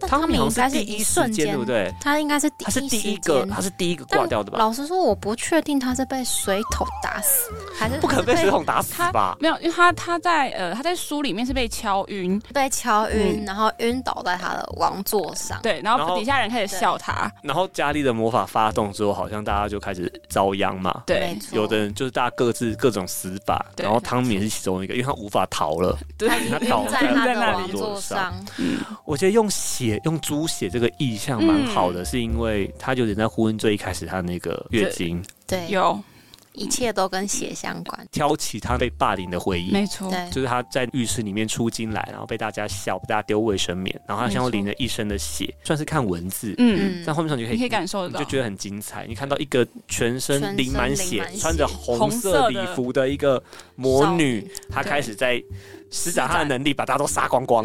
D: 但
E: 汤
D: 汤
E: 米
D: 米
E: 好
D: 应
E: 像
D: 该
E: 是第
D: 一
E: 一时
D: 瞬
E: 间，对不
D: 间，
E: 对？
D: 他应该是第
E: 他是第一
D: 时
E: 个，
D: 间
E: 他是第一个
D: 但
E: 挂掉的吧？
D: 老实说，我不确定他是被水桶打死，还是
E: 不可能被
D: 还是
E: 水桶打死
C: 他
E: 吧？
C: 没有，因为他他在呃他在书里面是被敲晕，
D: 被敲
E: 嗯
D: 晕，然后晕倒在他的王座上。
C: 对，然
E: 然后
C: 后底下人开始笑他，
E: 然后佳丽的魔法发动之后，好像大家就开始遭殃嘛。
C: 对
D: 没，错，
E: 有的人就是大家各自各种死法，
C: 对
E: 然后汤米也是其中一个，因为他无法逃了。
C: 对，
E: 他
D: 晕
E: 倒
D: 在
E: 在
D: 他
E: 在
D: 的
E: 那里
D: 王
E: 坐
D: 座
E: 上
D: 上，
C: 嗯
E: 我觉得用血用猪血这个意象
C: 嗯
E: 蛮好的，是因为他有点在呼应最一开始他那个月经，
D: 对，
C: 有
D: 一切都跟血相关。
E: 挑起他被霸凌的回忆。
C: 没错，
D: 对，
E: 就是他在浴室里面出金来，然后被大家笑，被大家丢卫生棉，然后他
C: 没
E: 像要
C: 错
E: 淋了一身的血，算是看文字，
C: 嗯，
D: 嗯
E: 但，后面上你就可以
C: 你可以感受
E: 你
C: 到，
E: 就觉得很精彩。你看到一个全身
D: 全
E: 淋
D: 身
E: 满
D: 淋
E: 血
D: 满、血
E: 穿着红
C: 红
E: 色
C: 色
E: 礼
C: 的
E: 服的一个魔
D: 少
E: 女
D: 女，
E: 她
C: 对
E: 开始在施展她的
C: 展
E: 能力，把大家都杀光光。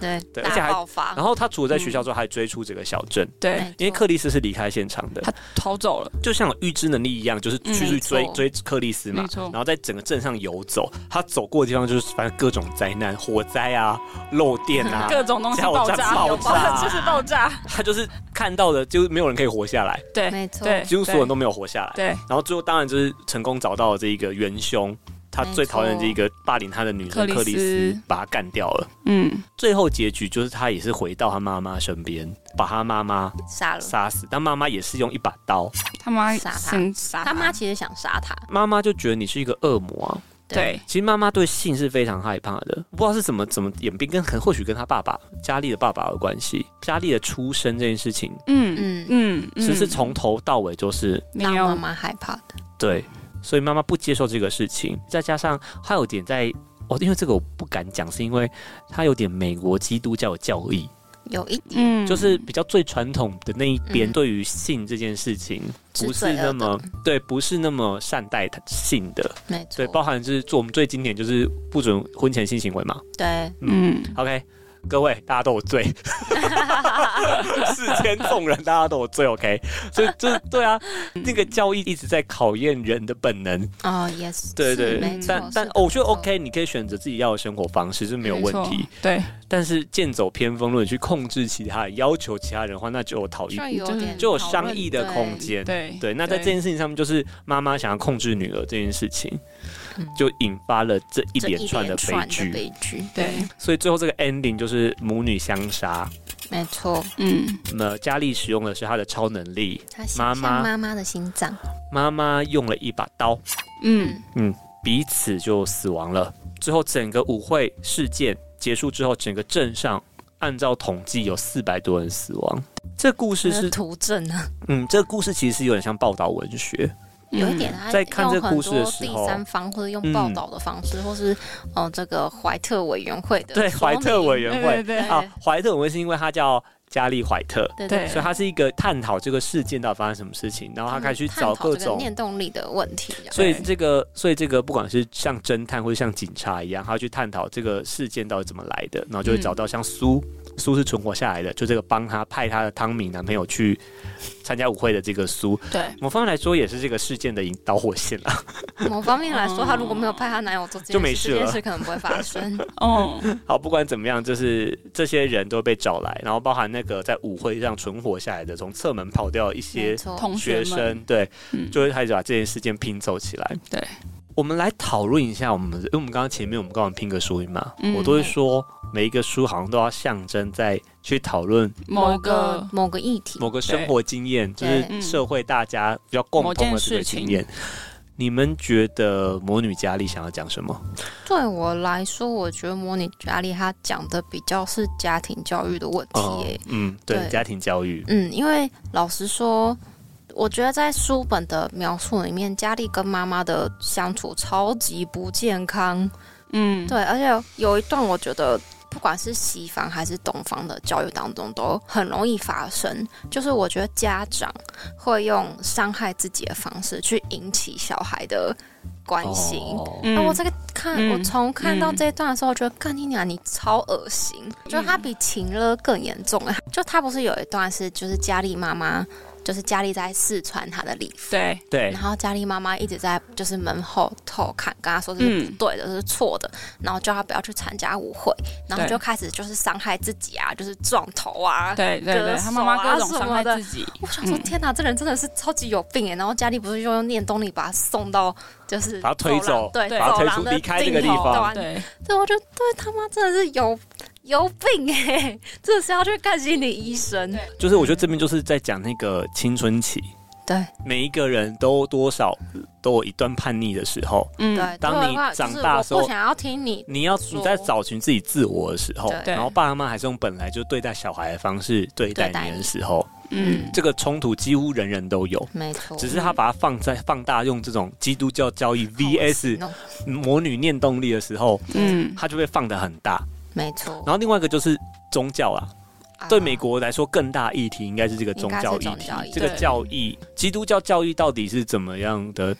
D: 对，
E: 对而且还
D: 大爆发
E: 然。后她除了在学校之后，还追出这个小镇，
C: 对，
E: 因为克里斯是离开现场的
C: 他，逃走了，
E: 就像有预知能力一样，就是
C: 嗯
E: 去去
D: 没
E: 追
D: 错
E: 追克里斯嘛
C: 没，错，
E: 然后在整个镇上游走，他走过的地方就是反正各种灾难，火灾啊、漏电啊
C: 各种东西
E: 加油
C: 爆
E: 站
C: 炸，
E: 爆炸
C: 就是爆炸，
E: 他就是看到的，就是没有人可以活下来，
C: 对，
D: 没错
C: 对，
E: 几乎所有人都没有活下来。
C: 对，
E: 然后最后当然就是成功找到了这一个元凶，他最讨厌的这一个霸凌他的女
C: 克
E: 人
C: 里斯
E: 克里斯，把他干掉了。
C: 嗯，
E: 最后结局就是他也是回到他妈妈身边，把他妈妈
D: 杀了
E: 杀死，但妈妈也是用一把刀。
C: 他妈
D: 杀他
C: 先杀
D: 他妈，其实想杀他，
E: 妈妈就觉得你是一个恶魔啊！
C: 对，
E: 其实妈妈对性是非常害怕的，不知道是怎么怎么演变，跟可能或许跟他爸爸佳丽的爸爸有关系。佳丽的出生这件事情，
C: 嗯
D: 嗯，
C: 嗯，
E: 其实从头到尾就是
C: 没
D: 让妈
C: 有，
D: 妈害怕的，
E: 对，
D: 嗯
E: 所以妈妈不接受这个事情，再加上她有点在哦，因为这个我不敢讲，是因为她有点美国基督教的教义，
D: 有一点
C: 嗯
E: 就是比较最传统的那一边，
D: 嗯
E: 对于性这件事情
D: 是
E: 不是
D: 罪
E: 那
D: 恶的
E: 么对，不是那么善待她性的，
D: 没
E: 对，
D: 错，
E: 包含就是做我们最经典就是不准婚前性行为嘛
D: 对，
C: 嗯，
E: ，OK。各位，大家都有 罪，世间众人大家都有罪，OK？所以这对啊，那个教义一直在考验人的本能，
D: 哦，也是，
E: 对对
D: 没错
E: 但
D: 是
E: 但
D: 的
E: 我觉得
D: 没错
E: OK，你可以选择自己要的生活方式，这没有问
C: 没
E: 题
C: 错。，对，
E: 但是剑走偏锋，如果你去控制其他人、要求其他人的话，那就有讨
D: 就
E: 论，
D: 有点
E: 就有
D: 讨
E: 商
D: 论
E: 议的
D: 对
E: 空间。
C: 对
E: 对，那在这件事情上面，就是妈妈想要控制女儿这件事情
D: 嗯，
E: 就引发了这一
D: 这
E: 连串的
D: 连
E: 悲
D: 串
E: 剧。
D: 悲剧，
C: 对，
E: 所以最后这个 ending 就是母女相杀。
D: 没错，
C: 嗯，
E: 那佳丽使用的是她的超能力，
D: 他想
E: 妈妈
D: 象妈妈的心脏，
E: 妈妈用了一把刀，
C: 嗯，
E: 彼此就死亡了。最后整个舞会事件结束之后，整个镇上按照统计有四百多人死亡。这故事
D: 那
E: 是，
D: 图证啊，
E: 嗯，这故事其实是有点像报道文学，
C: 嗯
D: 有一点，啊他
E: 在看这故事的时候嗯
D: 用很多第三方或者用报道的方式，或是哦、这个怀特委员会的
E: 对，
D: 说
E: 怀特
D: 明
E: 委
C: 对
E: 员
C: 嗯对
E: 会
C: 对，
E: 啊，怀特委员会是因为他叫加利怀特，
D: 对
C: 对
E: 所以他是一个探讨这个事件到底发生什么事情，然后他开始去找各
D: 嗯探讨这个
E: 种。
D: 念动力的问题， 这样
E: 所以
C: 对
E: 这个，所以这个，不管是像侦探或者像警察一样，他去探讨这个事件到底怎么来的，然后就会
D: 嗯
E: 找到像苏，苏是存活下来的，就这个帮他派他的汤米男朋友去参加舞会的这个苏，
C: 对，
E: 某方面来说也是这个事件的引导火线啊啦。
D: 某方面来说，她如果没有派她男友做这
E: 就没
D: 件
E: 事
D: 事，这件
E: 了
D: 事可能不 会发生。
C: 哦，
E: 好，不管怎么样，就是这些人都被找来，然后包含那个在舞会上存活下来的，从侧门跑掉一些
D: 没错，
C: 同
E: 学
C: 们
E: 生，对，
C: 嗯
E: 就会开始把这件事件拼凑起来。
C: 对，
E: 我们来讨论一下我们的，因为我们刚刚前面我们刚刚拼个书名嘛，
C: 嗯
E: 我都会说每一个书好像都要象征在去讨论
C: 某个
D: 某个议题，
E: 某个生活经验，就
D: 对
E: 是社会大家比较共通
C: 嗯某件
E: 的这个
C: 事情
E: 经验。你们觉得《魔女佳丽》想要讲什么？
D: 对我来说，我觉得模拟家里她讲的比较是家庭教育的问题
E: 哦
D: 耶。
E: 嗯，对，
D: 对
E: 家庭教育，
D: 嗯，因为老实说，我觉得在书本的描述里面，佳丽跟妈妈的相处超级不健康。
C: 嗯，
D: 对，而且有一段我觉得。不管是西方还是东方的教育当中，都很容易发生。就是我觉得家长会用伤害自己的方式去引起小孩的关心。
E: 哦
C: 嗯
D: 那、啊我这个看，
C: 嗯
D: 我从看到
C: 嗯
D: 这一段的时候，我觉得干你娘，你超恶心！就他比情勒更严重啊！就他不是有一段是，就是佳丽妈妈，就是佳丽在试穿她的礼服，
C: 对，
E: 对
D: 然，后佳丽妈妈一直在就是门后偷看，跟她说这是
C: 嗯
D: 不对的，这是错的，然后叫她不要去参加舞会，然后
C: 对
D: 就开始就是伤害自己啊，就是撞头啊。
C: 对对对，他妈妈各种伤害自己，
D: 我想说，
C: 嗯
D: 天哪，这人真的是超级有病哎！然后佳丽不是就用念动力把他送到，就是
E: 把他推
D: 走
E: 走
D: 廊，对，
C: 对
E: 把他
D: 走
E: 推
D: 廊
E: 出
D: 的
E: 离开这
D: 尽
E: 个地
D: 头
E: 方
D: 端
C: 对，
D: 对，我觉得对他妈真的是有有病哎、这是要去看心理医生。
E: 就是我觉得这边就是在讲那个青春期，
D: 对
E: 每一个人都多少都有一段叛逆的时候，
C: 嗯，
D: 对，
E: 当
D: 这个
E: 你
D: 话就
E: 长
D: 是
E: 大
D: 我
E: 的时候
D: 不想要听你。
E: 你要
D: 说
E: 你在找寻自己自我的时候，
D: 对
E: 然后爸妈还是用本来就对待小孩的方式对待
D: 对待
E: 你的
D: 你
E: 时候，
C: 嗯，
E: 这个冲突几乎人人都有，
D: 没错，
E: 只是他把它放在放大用这种基督教教义 VS
D: 哦
E: 魔女念动力的时候，
C: 嗯，
E: 它就会放得很大。
D: 没错。
E: 然后另外一个就是宗教啦，
D: 啊
E: 对美国来说更大议题应该是这个宗教议
D: 应该是宗
E: 题
D: 教议，题
E: 这个
C: 对
E: 教义，基督教教义到底是怎么样的？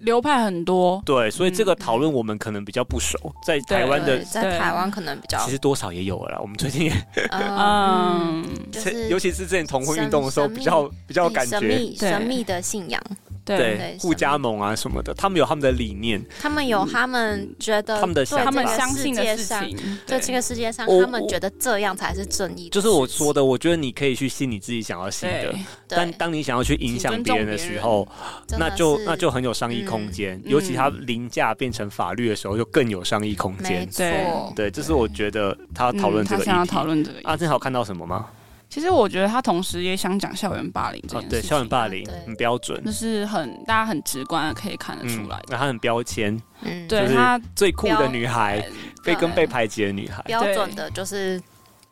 C: 流派很多，
E: 对，所以这个
C: 嗯
E: 讨论我们可能比较不熟，在台湾的
D: 对在
C: 对
D: 台湾可能比较呃
E: 其实多少也有了啦。我们最近也
D: 嗯，
C: 嗯，
D: 就
E: 尤
D: 是
E: 其是之前同婚运动的时候，
D: 神
E: 比较比较有
D: 嗯
E: 感
D: 神
E: 觉，
D: 秘
C: 对
D: 神秘的信仰，
C: 对，
E: 对
D: 对
E: 互加盟啊什么的，他们有他们的理念，
D: 他们有他们觉得
E: 嗯他们的想
D: 对
E: 法
C: 他们
D: 这个
C: 相信的
D: 世界
C: 事
D: 上
C: 情，
D: 对
C: 对
D: 这个世界上，
E: 我
D: 他们觉得这样才是正义的事情。
E: 就是我说的，我觉得你可以去信你自己想要信的
C: 对，，
D: 对，
E: 但当你想要去影响别人的时候，
D: 真的嗯
E: 那就是那就很有商议空间，尤其它凌驾变成法律的时候，就更有商议空
D: 没
E: 间。
D: 错，
E: 对，这是我觉得他讨论
C: 嗯
E: 这
C: 他
E: 个议
C: 想要
E: 题。
C: 讨论这个议题。
E: 啊，正好看到什么吗？
C: 其实我觉得他同时也想讲校园霸凌这
E: 哦
C: 件事，啊
E: 对，校园霸凌
D: 对
E: 很标准，嗯
C: 就是很大家很直观的可以看得出来。
E: 那他很标签，
D: 嗯，
C: 对
E: 就是
C: 他，
E: 最酷的女孩
C: 标，
E: 被跟被排挤的女孩，
D: 标准的就是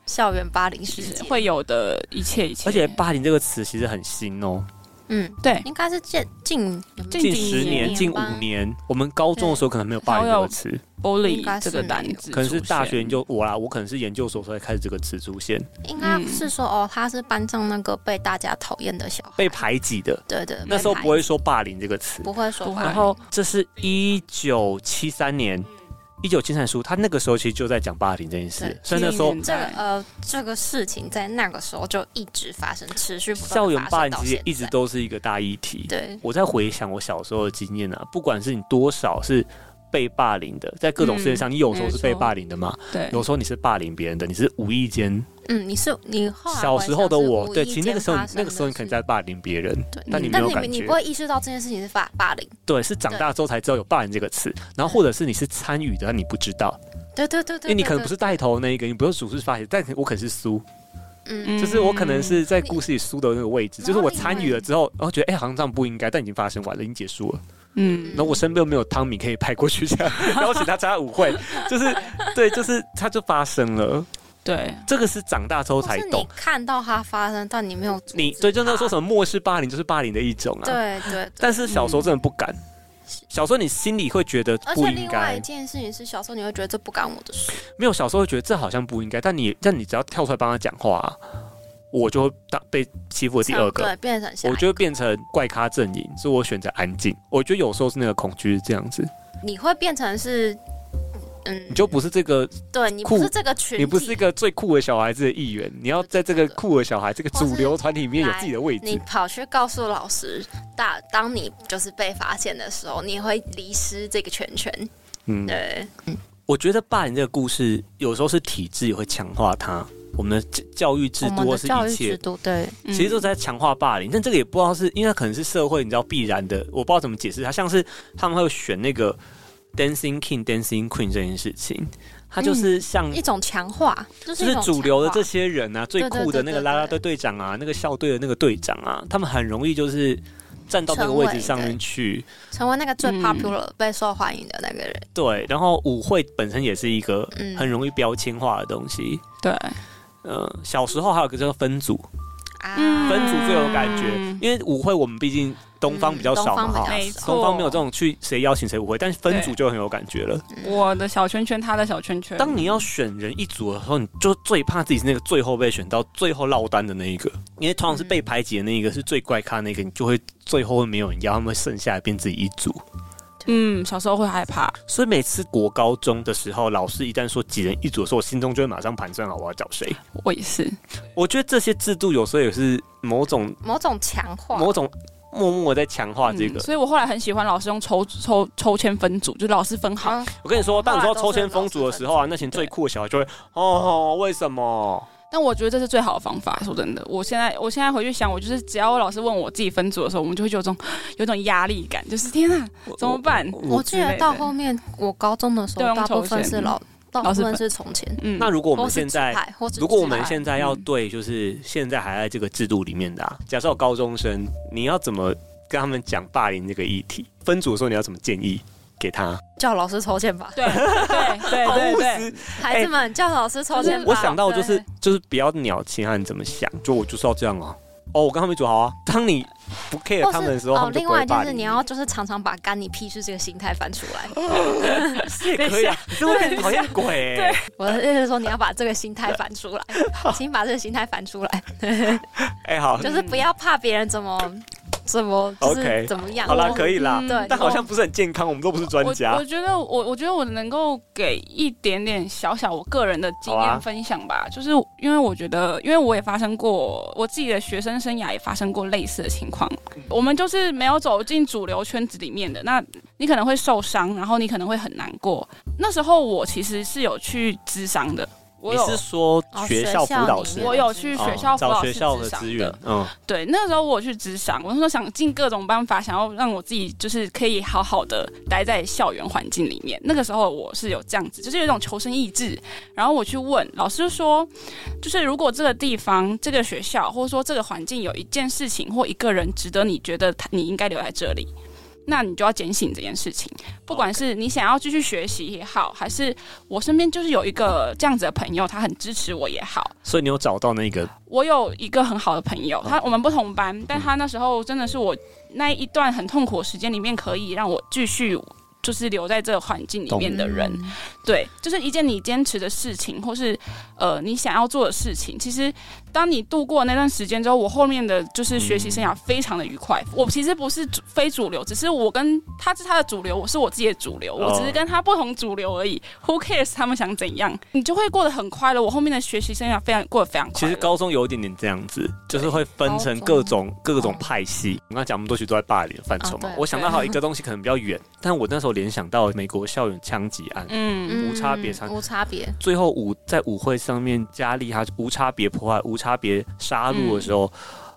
D: 校园霸凌
C: 就
D: 事
C: 是
D: 件，
C: 会有的一切一切，
E: 而且“霸凌”这个词其实很新哦，
D: 嗯，
C: 对
D: 应该是近近
C: 近
E: 近
C: 几
E: 十
C: 年
E: 年、近五
D: 吧
E: 年，我们高中的时候可能没有“霸凌”这个词，
D: 应该
C: bully
D: 是
C: 这个单字，
E: 可能是大学研，究我啦，我可能是研究所才开始这个词出现，
D: 应该是说哦，他是班上那个被大家讨厌的小孩，
E: 被排挤的，
D: 对对，
E: 那时候
D: 被排
E: 不会说“霸凌”这个词，
D: 嗯不会说
C: 不
D: 话
C: 会
E: 然后这是一九七三年，一九七三书，他那个时候其实就在讲霸凌这件事
D: 对，
E: 所以那时候
D: 这个呃这个事情在那个时候就一直发生，持续不断地
E: 校园霸凌
D: 发生到
E: 其实一直
D: 现在
E: 都是一个大议题。
D: 对，
E: 我在回想我小时候的经验啊，不管是你多少是被霸凌的，在各种事情
D: 嗯
E: 上，你有时候是被霸凌的嘛，
C: 对，
E: 有时候你是霸凌别人的，你是无意间。
D: 嗯，你是你后来
E: 小时候的
D: 回想是
E: 我，
D: 无
E: 对，
D: 意
E: 其实那个时候
D: 间
E: 你
D: 发生
E: 那个时候你可能在霸凌别人，
D: 对，
E: 但你没
D: 但
E: 有
D: 你
E: 感
D: 你
E: 觉
D: 不。会意识到这件事情是霸霸凌，
E: 对，是长大之后才知道有霸凌这个词，然后或者是你是参与的，但你不知道，
D: 对对对
E: 因
D: 对，
E: 为你可能不
D: 是，
E: 是带头那一个，你不是主事发起，但我可能是苏，
D: 嗯，
C: 嗯
E: 就是我可能是在故事里输的那个位置，
D: 嗯
E: 就是我参与了之后，然后觉得哎、好像这样不应该，但已经发生完了，已经结束了。
C: 嗯
E: 然后我身边又没有汤米可以派过去这样，然后请他参加舞 会，就是对，就是它就发生了。
C: 对，
E: 这个是长大之后
D: 或
E: 才
D: 是你
E: 懂，
D: 看到它发生，但你没有阻
E: 你
D: 止
E: 对，就那
D: 它
E: 说什么漠视霸凌就是霸凌的一种啊。
D: 对对对。
E: 但是小时候真的不敢，小时候你心里会觉得
D: 嗯而
E: 不
D: 且
E: 应
D: 另外
E: 该
D: 一，件事情是，小时候你会觉得这不干我的事，
E: 没有小时候会觉得这好像不应该，但你但你只要跳出来帮他讲话啊、我就会当被欺负的第二个。
D: 对，变成下一
E: 我就会变成怪咖阵营，所以我选择安静。我觉得有时候是那个恐惧是这样子，
D: 你会变成是，嗯，
E: 你就不是这个，
D: 对你
E: 酷
D: 不是这个群体，
E: 你不是一个最酷的小孩子的一员，你要在这个酷的小孩这个主流团体里面有自己的位
D: 你
E: 置。
D: 跑去告诉老师，大当你就是被发现的时候，你会迷失这个圈圈。
E: 嗯，
D: 对，
E: 我觉得霸凌这个故事有时候是体制会强化它，我们的教教育制度或是一切，
D: 度，对，
C: 嗯
E: 其实都在强化霸凌。但这个也不知道是因为它可能是社会你知道必然的，我不知道怎么解释它，像是他们会选那个 Dancing King、Dancing Queen 这件事情，它就是像
D: 嗯一种强化，就
E: 就
D: 是一
E: 是
D: 种
E: 主流的
D: 强化
E: 这些人啊，最
D: 对对
E: 酷的
D: 对
E: 那个
D: 对
E: 啦啦
D: 对
E: 队队长啊，那个校队的那个队长啊，他们很容易就是站到那个
D: 成
E: 位
D: 为
E: 置上面
D: 对
E: 去。
D: 成为那个最
C: 嗯
D: popular、被受欢迎的那个人。
E: 对，然后舞会本身也是一个
D: 嗯
E: 很容易标签化的东西。
C: 对，
E: 呃，小时候还有个叫分组，
D: 啊，
C: 嗯
E: 分组最有感觉，
C: 嗯
E: 因为舞会我们毕竟东方比较少嘛，哈、
C: 没
D: 错，
C: 错
E: 东方没有这种去谁邀请谁舞会，但是分组就很有感觉了。
C: 我的小圈圈，他的小圈圈，
E: 当你要选人一组的时候，你就最怕自己是那个最后被选到最后落单的那一个，因为通常是被排挤的那一个是最怪咖那个，你就会最后会没有人要，他们会剩下来变自己一组。
C: 嗯，小时候会害怕，
E: 所以每次国高中的时候，老师一旦说几人一组的时候，我心中就会马上盘算好我要找谁。
C: 我也是，
E: 我觉得这些制度有时候也是某种
D: 某种强化，
E: 某种默默地在强化这个
C: 嗯。所以我后来很喜欢老师用抽抽抽签分组，就老师分好，
D: 嗯
E: 我跟你说，当你说抽签风组的时候啊，那群最酷的小孩就会哦，为什么？
C: 但我觉得这是最好的方法。说真的，我现在我现在回去想，我就是只要我老师问我自己分组的时候，我们就会有种有种压力感，就是天啊，怎么办？
D: 我记得到后面我高中的时
C: 对啊
D: 候，
C: 用
D: 大部
C: 抽
D: 分
C: 签
D: 是老，大
C: 老
D: 部
C: 师
D: 分
C: 本
D: 是从前，
C: 嗯，
E: 那如果我
D: 我
E: 们现在，如果我们现在
D: 嗯
E: 要对，就是现在还在这个制度里面的、啊，假设有高中生，你要怎么跟他们讲霸凌这个议题？分组的时候你要怎么建议给他？
D: 叫老师抽签吧，
C: 对对 对对对，
E: 实。
D: 孩子们叫老师抽签吧。
E: 哎我我想到就是
C: 对
E: 就是不要鸟其他人怎么想，就我就是要这样哦、哦，我跟他们一组好啊。当你不 care
D: 或
E: 他们的时
D: 是
E: 候，他
D: 哦，
E: 们就
D: 另
E: 不
D: 外
E: 会
D: 一件
E: 霸
D: 事，你
E: 凌。
D: 要就是常常把干你屁事这个心态翻出来。
E: 是也可以啊，你这会变讨厌鬼、欸。
D: 我的意思是说，你要把这个心态翻 出来，请把这个心态翻出来，
E: 哎、好，
D: 就是不要怕别人怎么怎么就是
E: OK，
D: 怎么样。
E: 好啦，可以啦。
C: 嗯
D: 对，
E: 但好像不是很健康，我们都不是专
C: 我
E: 家
C: 我。觉得我我觉得我能够给一点点小小我个人的经
E: 好啊
C: 验分享吧，就是因为我觉得，因为我也发生过我自己的学生生涯也发生过类似的情况，
E: 嗯
C: 我们就是没有走进主流圈子里面的，那你可能会受伤，然后你可能会很难过。那时候我其实是有去咨商的，我
E: 你
C: 有
E: 是说
D: 哦
E: 学校辅导师
D: 学校里面
E: 吗？
C: 我有去学校
E: 哦
C: 辅导
E: 找
C: 室
E: 学
C: 咨
E: 校的
C: 商
E: 资源，嗯，
C: 对，那时候我有去职场，我那时候想尽各种办法，想要让我自己就是可以好好的待在校园环境里面。那个时候我是有这样子，就是有一种求生意志。然后我去问老师就说，就是如果这个地方、这个学校，或者说这个环境有一件事情或一个人值得你觉得他你应该留在这里。那你就要警醒这件事情，不管是你想要继续学习也好，还是我身边就是有一个这样子的朋友，他很支持我也好，
E: 所以你有找到那个
C: 我有一个很好的朋友，他我们不同班，嗯但他那时候真的是我那一段很痛苦的时间里面，可以让我继续就是留在这个环境里面的人。对，就是一件你坚持的事情，或是呃你想要做的事情。其实当你度过那段时间之后，我后面的就是学习生涯非常的愉快。嗯我其实不是主非主流，只是我跟他是他的主流，我是我自己的主流，我只是跟他不同主流而已。Who cares 他们想怎样，你就会过得很快乐。我后面的学习生涯非常过得非常快
E: 其
C: 乐。
E: 实高中有一点点这样子，就是会分成各种各种派系。我刚才讲，我们都去都在霸凌的范畴
C: 哦
E: 嘛
D: 啊。对
E: 我想到还有一个东西可能比较 远，但我那时候联想到美国校园枪击案，
C: 嗯
D: 嗯
E: 无差别差
D: 无差别，
E: 最后舞在舞会上面，佳丽她无差别破坏、无差别杀戮的时候，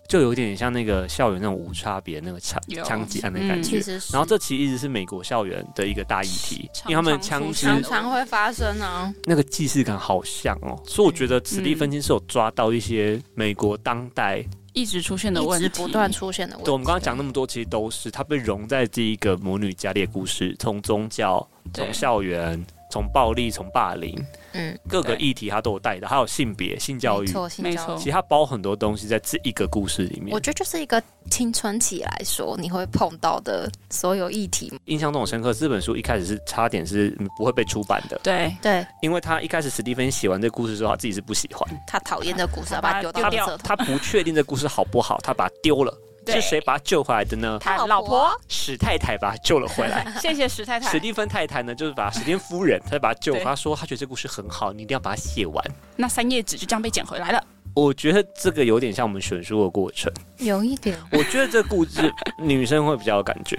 E: 就有点像那个校园那种无差别那个枪
C: 嗯有嗯
E: 枪击案的感觉。
D: 其实是
E: 然后这其实一直是美国校园的一个大议题，因为他们的枪支
C: 常
D: 常常会发生啊。
E: 那个既视感好像哦，所以我觉
C: 嗯
E: 得史蒂芬金是有抓到一些美国当代，
C: 一直出现的
D: 一
C: 问
D: 直
C: 题，
D: 不断出现的问题。
E: 对我们刚刚讲那么多，其实都是它被融在这一个母女佳丽的故事，从宗教、
C: 对
E: 从校园、从暴力、从霸凌，
D: 嗯，
E: 各个
C: 对
E: 议题它都有带到，还有性别、性教育
D: 没，错，性
C: 没
D: 教育
C: 错
E: 其实它包很多东西在这一个故事里面
D: 我。觉得就是一个青春期来说，你会碰到的所有议题。
E: 印象中很深刻，这本书一开始是差点是不会被出版的，
C: 对，
D: 对
E: 因为他一开始史蒂芬写完这个故事之后，他自己是不喜欢。
D: 他讨厌的故事，
C: 他
D: 要
C: 把
D: 把
C: 它
D: 它丢到
C: 丢
D: 垃
C: 掉
D: 圾桶。
E: 他不确定这故事好不好，他把它丢了。
C: 对
E: 是谁把他救回来的呢？
C: 他
D: 他
C: 老
D: 老
C: 婆
D: 婆，
E: 史太太把他救了回 来。
C: 谢谢史太太
E: 史。蒂芬太太呢，就是把史蒂芬夫人，她把他救回来。
C: 对
E: 她说她觉得这故事很好，你一定要把它写完。
C: 那三页纸就这样被捡回来了。
E: 我觉得这个有点像我们选书的过 程。
D: 有一点，
E: 我觉得这故事女生会比较有感觉。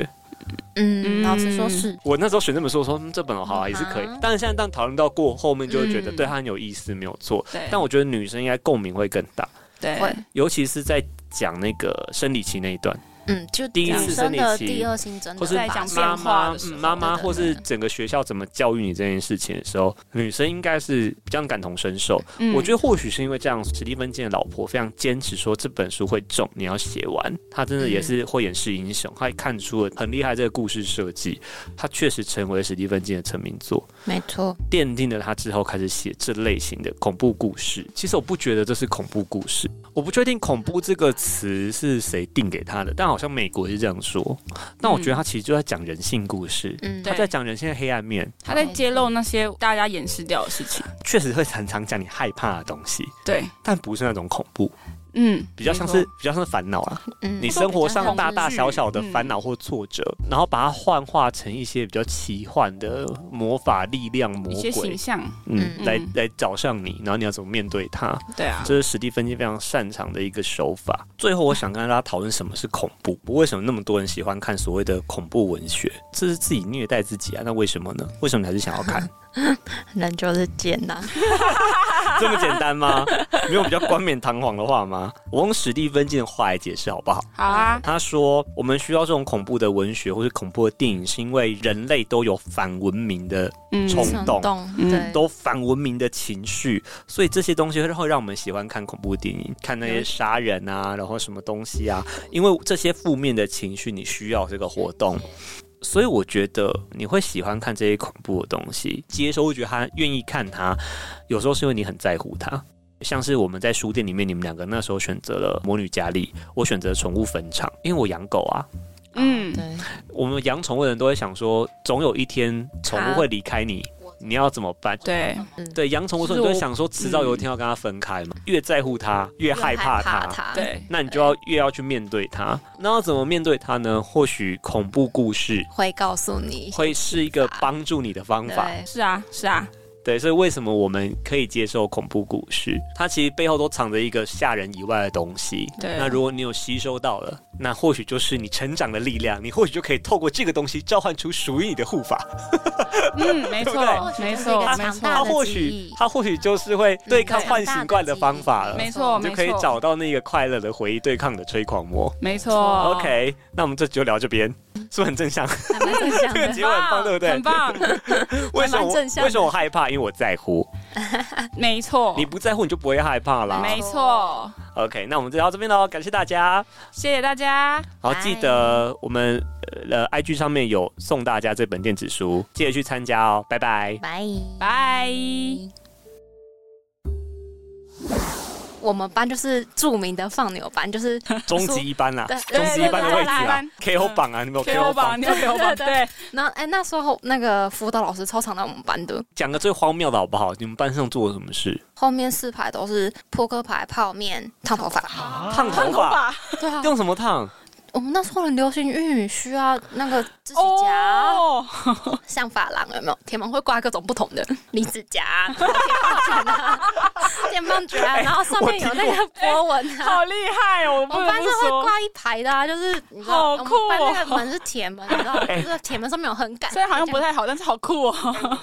D: 嗯，
C: 嗯
D: 老实说是
E: 我那时候选这本书的时候，嗯、这本好啊，也是可以
D: 嗯。
E: 但是现在当讨论到过后面，就会觉得
D: 嗯
E: 对她很有意思，没有错。
C: 对
E: 但我觉得女生应该共鸣会更大，
C: 对
D: 会，
E: 尤其是在讲那个生理期那一段。
D: 嗯，就
E: 第一
D: 讲
E: 次
D: 真
E: 生理
D: 的
E: 期
D: 第二性征的
E: 或是
C: 在
D: 吧
C: 讲
D: 是
C: 变
E: 妈
C: 化
E: 妈
C: 的、时
E: 嗯
C: 候
E: 妈妈，
D: 对对
E: 或是整个学校怎么教育你这件事情的时候，女生应该是比较感同身受。
C: 嗯
E: 我觉得或许是因为这样，史蒂芬金的老婆非常坚持说这本书会中，你要写完。她真的也
C: 嗯
E: 是慧眼识英雄，她也看出了很厉害这个故事设计，她确实成为史蒂芬金的成名作。
D: 没错，
E: 奠定了他之后开始写这类型的恐怖故事。其实我不觉得这是恐怖故事，我不确定“恐怖”这个词是谁定给他的，但好像美国是这样说。但我觉得他其实就在讲人性故事，
D: 嗯，
C: 对
E: 他在讲人性的黑暗面，
C: 他在揭露那些大家掩饰掉的事情。
E: 确实会很常讲你害怕的东西，
C: 对，
E: 但不是那种恐怖，
C: 嗯，
E: 比较像是比较像是烦恼 啊，
D: 嗯
E: 你生活上大大小小的
C: 嗯
E: 烦恼或挫折，然后把它幻化成一些比较奇幻的魔法力量、魔
C: 一些
E: 鬼
C: 形，象，
E: 嗯，
D: 嗯
E: 来
C: 嗯
E: 来找上你，然后你要怎么面对它？
C: 对啊，
E: 这是史蒂芬金非常擅长的一个手法。最后，我想跟大家讨论什么是恐怖，为什么那么多人喜欢看所谓的恐怖文学？这是自己虐待自己啊，那为什么呢？为什么你还是想要看？
D: 人就是贱啊呐，
E: 这么简单吗？没有比较冠冕堂皇的话吗？我用史蒂芬金的话来解释好不好？
C: 好啊，
E: 他说，我们需要这种恐怖的文学或是恐怖的电影，是因为人类都有反文明的
C: 嗯，
E: 冲
D: 冲
E: 动
D: 动，
C: 嗯
D: 对，
E: 都反文明的情绪，所以这些东西会让我们喜欢看恐怖电影，看那些杀人啊，然后什么东西啊，因为这些负面的情绪，你需要这个活动。所以我觉得你会喜欢看这些恐怖的东西，接收，会觉得他愿意看它，有时候是因为你很在乎它。像是我们在书店里面，你们两个那时候选择了魔女佳丽，我选择宠物坟场，因为我养狗啊。
C: 嗯，
D: 对，
E: 我们养宠物的人都会想说，总有一天宠物会离开你，你要怎么办？
C: 对，
D: 嗯
E: 对，养宠物的时候，你都会想说，迟早有一天要跟它分开嘛。越在乎它，越害怕它。
D: 他
C: 对，
E: 那你就要越要去面对它。那要怎么面对它呢？或许恐怖故事
D: 会告诉你，
E: 会是一个帮助你的方法。
D: 对，
C: 是啊，是啊，
E: 对，所以为什么我们可以接受恐怖故事？它其实背后都藏着一个吓人以外的东西。
C: 对
E: 那如果你有吸收到了，那或许就是你成长的力量。你或许就可以透过这个东西召唤出属于你的护法。
C: 嗯，没错
E: 对不
D: 对，或许就
C: 没
D: 是一
C: 错，
D: 个
C: 没
D: 长
C: 错，
D: 大
E: 它
D: 的
E: 或
D: 记
E: 许
D: 忆嗯
E: 它或许就是会对抗坏习惯的方法了。
C: 没
D: 哦
C: 错
E: 你就可以找到那个快乐的回忆，对抗你的吹狂魔。
C: 没错
E: OK，那我们这集就聊这边，是不是很正向？
D: 还蛮正向
E: 这个
D: 的。
E: 结尾很棒，对不对
C: 很？棒，
E: 为什么我
D: 还蛮正向的
E: 为什么我害怕？因为我在乎。
C: 没错
E: 你，不在乎，你就不会害怕啦。
C: 哦没错，
E: OK，那我们就到这边喽，感谢大家。
C: 谢谢大家，
E: 好，
D: 拜
E: 记得我们呃呃 IG 上面有送大家这本电子书，记得去参加哦，拜 拜。
D: 拜
C: 拜。
D: 我们班就是著名的放牛班，就是
E: 终极一班啦，
D: 对
E: 终极一班的位置
C: 对
E: 啦
C: 对
E: ，KO 榜啊，你们有
C: KO
E: KO
C: 吧，
E: 榜？
C: 你有 KO 吧，对，
D: 然后哎、那时候那个辅导老师超常在我们班的，
E: 讲个最荒谬的好不好？你们班上做了什么事？
D: 后面四排都是扑克牌、泡面、烫头发。
E: 烫头发？
D: 对啊，
E: 用什么烫？
D: 我们那时候很流行玉米须啊，那个自己夹、
C: 哦，
D: 像发廊有没有？铁门会挂各种不同的离子夹、然后电棒卷啊、电棒卷啊，然后上面有那个波纹啊。
C: 好厉害哦，我不
D: 我们
C: 得
D: 班
C: 不
D: 上会
C: 说，
D: 挂一排的、啊，就是你知道，
C: 好
D: 我们
C: 酷哦
D: 班那个门是铁门，你知道，就是铁门上面有横杆，
C: 虽然好像不太好，但是好酷哦。